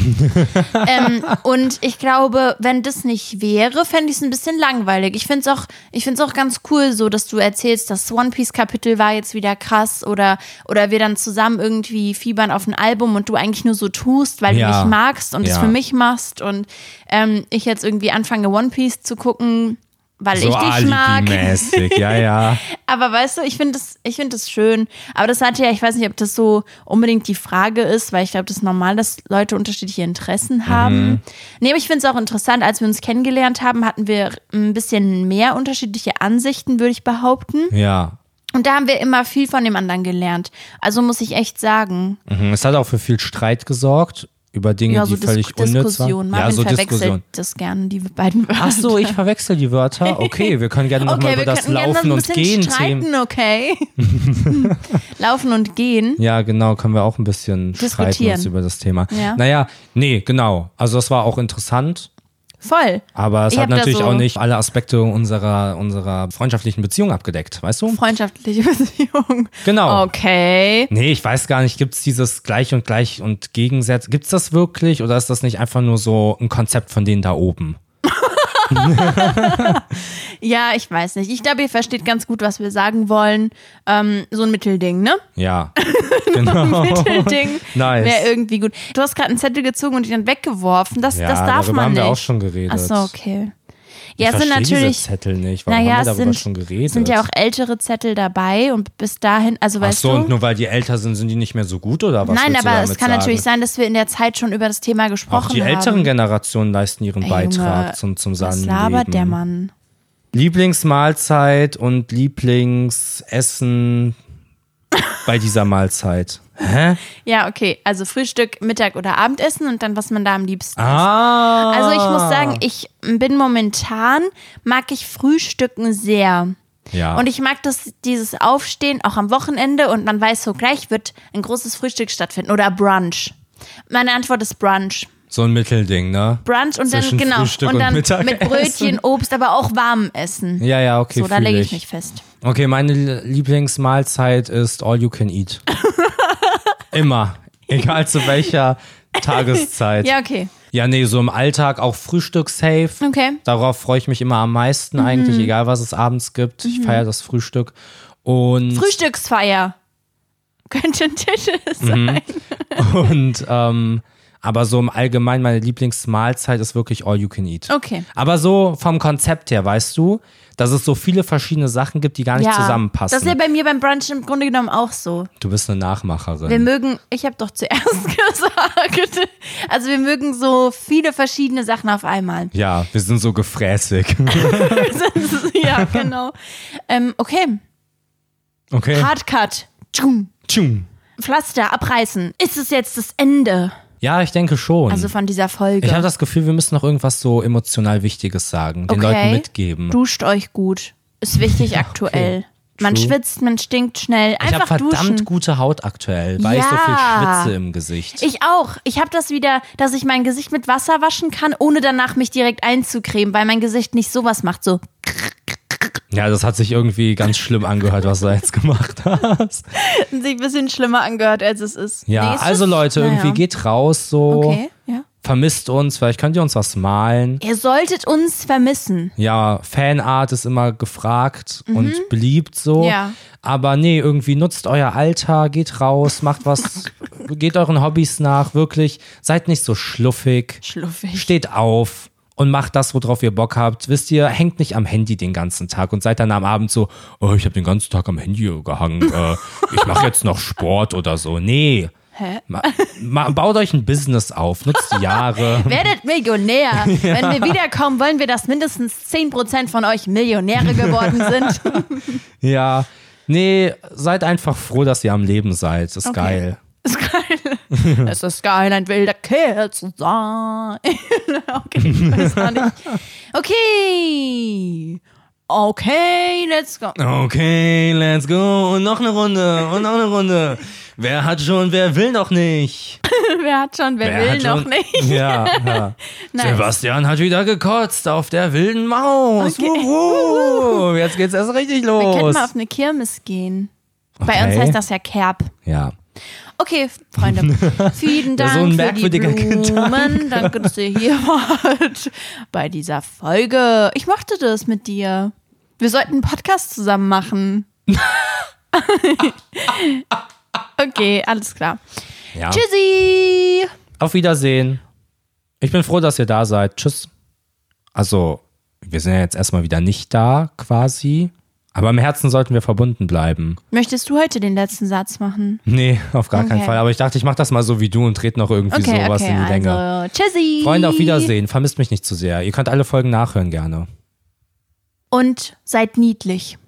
Speaker 1: ähm, und ich glaube, wenn das nicht wäre, fände ich es ein bisschen langweilig. Ich finde es auch, ich find's auch ganz cool, so dass du erzählst, das One Piece-Kapitel war jetzt wieder krass oder, oder wir dann zusammen irgendwie fiebern auf ein Album und du eigentlich nur so tust, weil
Speaker 2: Ja.
Speaker 1: du mich magst und es
Speaker 2: Ja.
Speaker 1: für mich machst und ähm, ich jetzt irgendwie anfange, One Piece zu gucken, weil
Speaker 2: so
Speaker 1: ich dich mag.
Speaker 2: alibi-mäßig, ja, ja.
Speaker 1: Aber weißt du, ich finde das, ich finde das schön. Aber das hatte ja, ich weiß nicht, ob das so unbedingt die Frage ist, weil ich glaube, das ist normal, dass Leute unterschiedliche
Speaker 2: Mhm.
Speaker 1: Interessen haben. Nee, aber ich finde es auch interessant, als wir uns kennengelernt haben, hatten wir ein bisschen mehr unterschiedliche Ansichten, würde ich behaupten.
Speaker 2: Ja.
Speaker 1: Und da haben wir immer viel von dem anderen gelernt. Also muss ich echt sagen.
Speaker 2: Mhm. Es hat auch für viel Streit gesorgt über Dinge,
Speaker 1: Ja, so
Speaker 2: die völlig
Speaker 1: Dis
Speaker 2: unnütz
Speaker 1: Diskussion.
Speaker 2: waren.
Speaker 1: Marvin
Speaker 2: ja, so
Speaker 1: verwechselt
Speaker 2: Diskussion.
Speaker 1: das gerne, die beiden Wörter.
Speaker 2: Ach so, ich verwechsel die Wörter. Okay, wir können gerne nochmal
Speaker 1: Okay,
Speaker 2: über
Speaker 1: wir
Speaker 2: das
Speaker 1: könnten gerne noch
Speaker 2: Laufen
Speaker 1: ein
Speaker 2: und
Speaker 1: bisschen
Speaker 2: Gehen Themen.
Speaker 1: streiten, okay? Laufen und gehen.
Speaker 2: Ja, genau, können wir auch ein bisschen streiten
Speaker 1: Diskutieren.
Speaker 2: uns über das Thema.
Speaker 1: Ja.
Speaker 2: Naja, nee, genau. Also das war auch interessant,
Speaker 1: Voll.
Speaker 2: aber es
Speaker 1: Ich
Speaker 2: hat
Speaker 1: hab da
Speaker 2: natürlich
Speaker 1: so-
Speaker 2: auch nicht alle Aspekte unserer, unserer freundschaftlichen Beziehung abgedeckt, weißt du?
Speaker 1: freundschaftliche Beziehung.
Speaker 2: Genau.
Speaker 1: Okay.
Speaker 2: Nee, ich weiß gar nicht, gibt es dieses Gleich und Gleich und Gegensatz, gibt es das wirklich oder ist das nicht einfach nur so ein Konzept von denen da oben?
Speaker 1: Ja, ich weiß nicht. Ich glaube, ihr versteht ganz gut, was wir sagen wollen. Ähm, so ein Mittelding, ne?
Speaker 2: Ja, genau.
Speaker 1: Mittelding
Speaker 2: Nice.
Speaker 1: wäre irgendwie gut. Du hast gerade einen Zettel gezogen und ihn dann weggeworfen. Das,
Speaker 2: ja,
Speaker 1: das darf
Speaker 2: darüber
Speaker 1: man
Speaker 2: haben
Speaker 1: nicht.
Speaker 2: wir auch schon geredet.
Speaker 1: Ach so, okay.
Speaker 2: Ich
Speaker 1: Ja, es sind
Speaker 2: verstehe
Speaker 1: natürlich.
Speaker 2: diese Zettel nicht. Warum
Speaker 1: Naja,
Speaker 2: haben wir
Speaker 1: es
Speaker 2: darüber
Speaker 1: sind,
Speaker 2: schon geredet?
Speaker 1: sind ja auch ältere Zettel dabei und bis dahin, also
Speaker 2: Ach
Speaker 1: weißt
Speaker 2: so,
Speaker 1: du.
Speaker 2: und nur weil die älter sind, sind die nicht mehr so gut oder was?
Speaker 1: Nein,
Speaker 2: willst du
Speaker 1: aber es
Speaker 2: damit
Speaker 1: kann
Speaker 2: sagen?
Speaker 1: natürlich sein, dass wir in der Zeit schon über das Thema gesprochen
Speaker 2: Auch die
Speaker 1: haben.
Speaker 2: älteren Generationen leisten ihren
Speaker 1: Ey,
Speaker 2: Beitrag
Speaker 1: Junge,
Speaker 2: zum, zum
Speaker 1: Was
Speaker 2: sanen
Speaker 1: labert
Speaker 2: Leben.
Speaker 1: der Mann?
Speaker 2: Lieblingsmahlzeit und Lieblingsessen bei dieser Mahlzeit. Hä?
Speaker 1: Ja, okay. Also Frühstück, Mittag oder Abendessen und dann, was man da am liebsten.
Speaker 2: Ah!
Speaker 1: Also ich muss sagen, ich bin momentan, mag ich Frühstücken sehr.
Speaker 2: ja.
Speaker 1: Und ich mag das, dieses Aufstehen auch am Wochenende und man weiß so, gleich wird ein großes Frühstück stattfinden oder Brunch. Meine Antwort ist Brunch.
Speaker 2: so ein Mittelding, ne?
Speaker 1: Brunch und
Speaker 2: Zwischen
Speaker 1: dann, genau,
Speaker 2: Frühstück und
Speaker 1: und dann mit
Speaker 2: Mittagessen.
Speaker 1: Brötchen, Obst, aber auch warmem Essen.
Speaker 2: Ja, ja, okay.
Speaker 1: so, da
Speaker 2: fühl
Speaker 1: lege ich mich fest.
Speaker 2: Okay, meine Lieblingsmahlzeit ist All You Can Eat. Immer. Egal zu welcher Tageszeit.
Speaker 1: Ja, okay.
Speaker 2: Ja, nee, so im Alltag auch Frühstück safe.
Speaker 1: Okay. Mhm.
Speaker 2: Darauf freue ich mich immer am meisten eigentlich, egal was es abends gibt. Ich feiere das Frühstück. Und,
Speaker 1: Frühstücksfeier. Könnte ein Titel sein.
Speaker 2: Mhm. und ähm, aber so im Allgemeinen, meine Lieblingsmahlzeit ist wirklich All You Can Eat.
Speaker 1: Okay.
Speaker 2: Aber so vom Konzept her, weißt du, dass es so viele verschiedene Sachen gibt, die gar nicht zusammenpassen.
Speaker 1: Das ist ja bei mir beim Brunch im Grunde genommen auch so.
Speaker 2: du bist eine Nachmacherin.
Speaker 1: Wir mögen, ich habe doch zuerst gesagt, also wir mögen so viele verschiedene Sachen auf einmal.
Speaker 2: ja, wir sind so gefräßig.
Speaker 1: ja, genau. Ähm, okay,
Speaker 2: Okay.
Speaker 1: Hardcut. Tschum.
Speaker 2: Tschum.
Speaker 1: Pflaster abreißen. Ist es jetzt das Ende?
Speaker 2: Ja, ich denke schon.
Speaker 1: Also von dieser Folge.
Speaker 2: Hm. ich habe das Gefühl, wir müssen noch irgendwas so emotional Wichtiges sagen, den
Speaker 1: Okay.
Speaker 2: Leuten mitgeben.
Speaker 1: Duscht euch gut. Ist wichtig aktuell. Man
Speaker 2: True.
Speaker 1: schwitzt, man stinkt schnell.
Speaker 2: Ich habe
Speaker 1: Einfach
Speaker 2: verdammt
Speaker 1: duschen.
Speaker 2: gute Haut aktuell, weil ich so
Speaker 1: Ja.
Speaker 2: viel schwitze im Gesicht.
Speaker 1: Ich auch. Ich habe das wieder, dass ich mein Gesicht mit Wasser waschen kann, ohne danach mich direkt einzucremen, weil mein Gesicht nicht sowas macht. So,
Speaker 2: ja, das hat sich irgendwie ganz schlimm angehört, was du da jetzt gemacht hast.
Speaker 1: sich ein bisschen schlimmer angehört, als es ist.
Speaker 2: Ja,
Speaker 1: Nee, es
Speaker 2: also
Speaker 1: ist-
Speaker 2: Leute, irgendwie
Speaker 1: naja.
Speaker 2: geht raus so.
Speaker 1: Okay, ja.
Speaker 2: Vermisst uns, vielleicht könnt ihr uns was malen.
Speaker 1: Ihr solltet uns vermissen.
Speaker 2: Ja, Fanart ist immer gefragt und beliebt so.
Speaker 1: Mhm. Ja.
Speaker 2: Aber nee, irgendwie nutzt euer Alter, geht raus, macht was, geht euren Hobbys nach, wirklich. Seid nicht so schluffig.
Speaker 1: Schluffig.
Speaker 2: Steht auf und macht das, worauf ihr Bock habt. Wisst ihr, hängt nicht am Handy den ganzen Tag und seid dann am Abend so, oh, ich habe den ganzen Tag am Handy gehangen. Äh, ich mache jetzt noch Sport oder so. Nee. Hä? Ma, ma, baut euch ein Business auf, nutzt die Jahre.
Speaker 1: Werdet Millionär. Wenn wir wiederkommen, wollen wir, dass mindestens 10% von euch Millionäre geworden sind.
Speaker 2: Ja. Nee, seid einfach froh, dass ihr am Leben seid. Ist geil.
Speaker 1: es ist geil, ein wilder Kerl zu sein. okay, ich weiß auch nicht. Okay. Okay, let's go.
Speaker 2: Okay, let's go. Und noch eine Runde. Und noch eine Runde. Wer hat schon, wer will noch nicht?
Speaker 1: Wer hat schon, wer,
Speaker 2: Wer
Speaker 1: will
Speaker 2: hat
Speaker 1: noch
Speaker 2: schon-
Speaker 1: nicht.
Speaker 2: Ja, ja.
Speaker 1: Nice.
Speaker 2: Sebastian hat wieder gekotzt auf der wilden Maus.
Speaker 1: Okay.
Speaker 2: Wuhu. Jetzt geht's erst richtig
Speaker 1: Wir könnten
Speaker 2: los.
Speaker 1: mal auf eine Kirmes gehen. Bei
Speaker 2: Okay.
Speaker 1: uns heißt das ja Kerb.
Speaker 2: Ja.
Speaker 1: Okay, Freunde, vielen
Speaker 2: Das
Speaker 1: Dank
Speaker 2: ist so ein
Speaker 1: für die
Speaker 2: merkwürdiger
Speaker 1: Blumen. Danke, dass ihr hier wart bei dieser Folge. Ich mochte das mit dir. Wir sollten einen Podcast zusammen machen. okay, alles klar.
Speaker 2: Ah. ja.
Speaker 1: Tschüssi.
Speaker 2: Auf Wiedersehen. Ich bin froh, dass ihr da seid. Tschüss. Also, wir sind ja jetzt erstmal wieder nicht da, quasi. Aber im Herzen sollten wir verbunden bleiben.
Speaker 1: Möchtest du heute den letzten Satz machen?
Speaker 2: Nee, auf gar keinen
Speaker 1: Okay.
Speaker 2: Fall. Aber ich dachte, ich mache das mal so wie du und trete noch irgendwie
Speaker 1: Okay,
Speaker 2: sowas
Speaker 1: okay,
Speaker 2: in die Länge.
Speaker 1: also tschüssi.
Speaker 2: Freunde, auf Wiedersehen. Vermisst mich nicht zu sehr. Ihr könnt alle Folgen nachhören gerne.
Speaker 1: Und seid niedlich.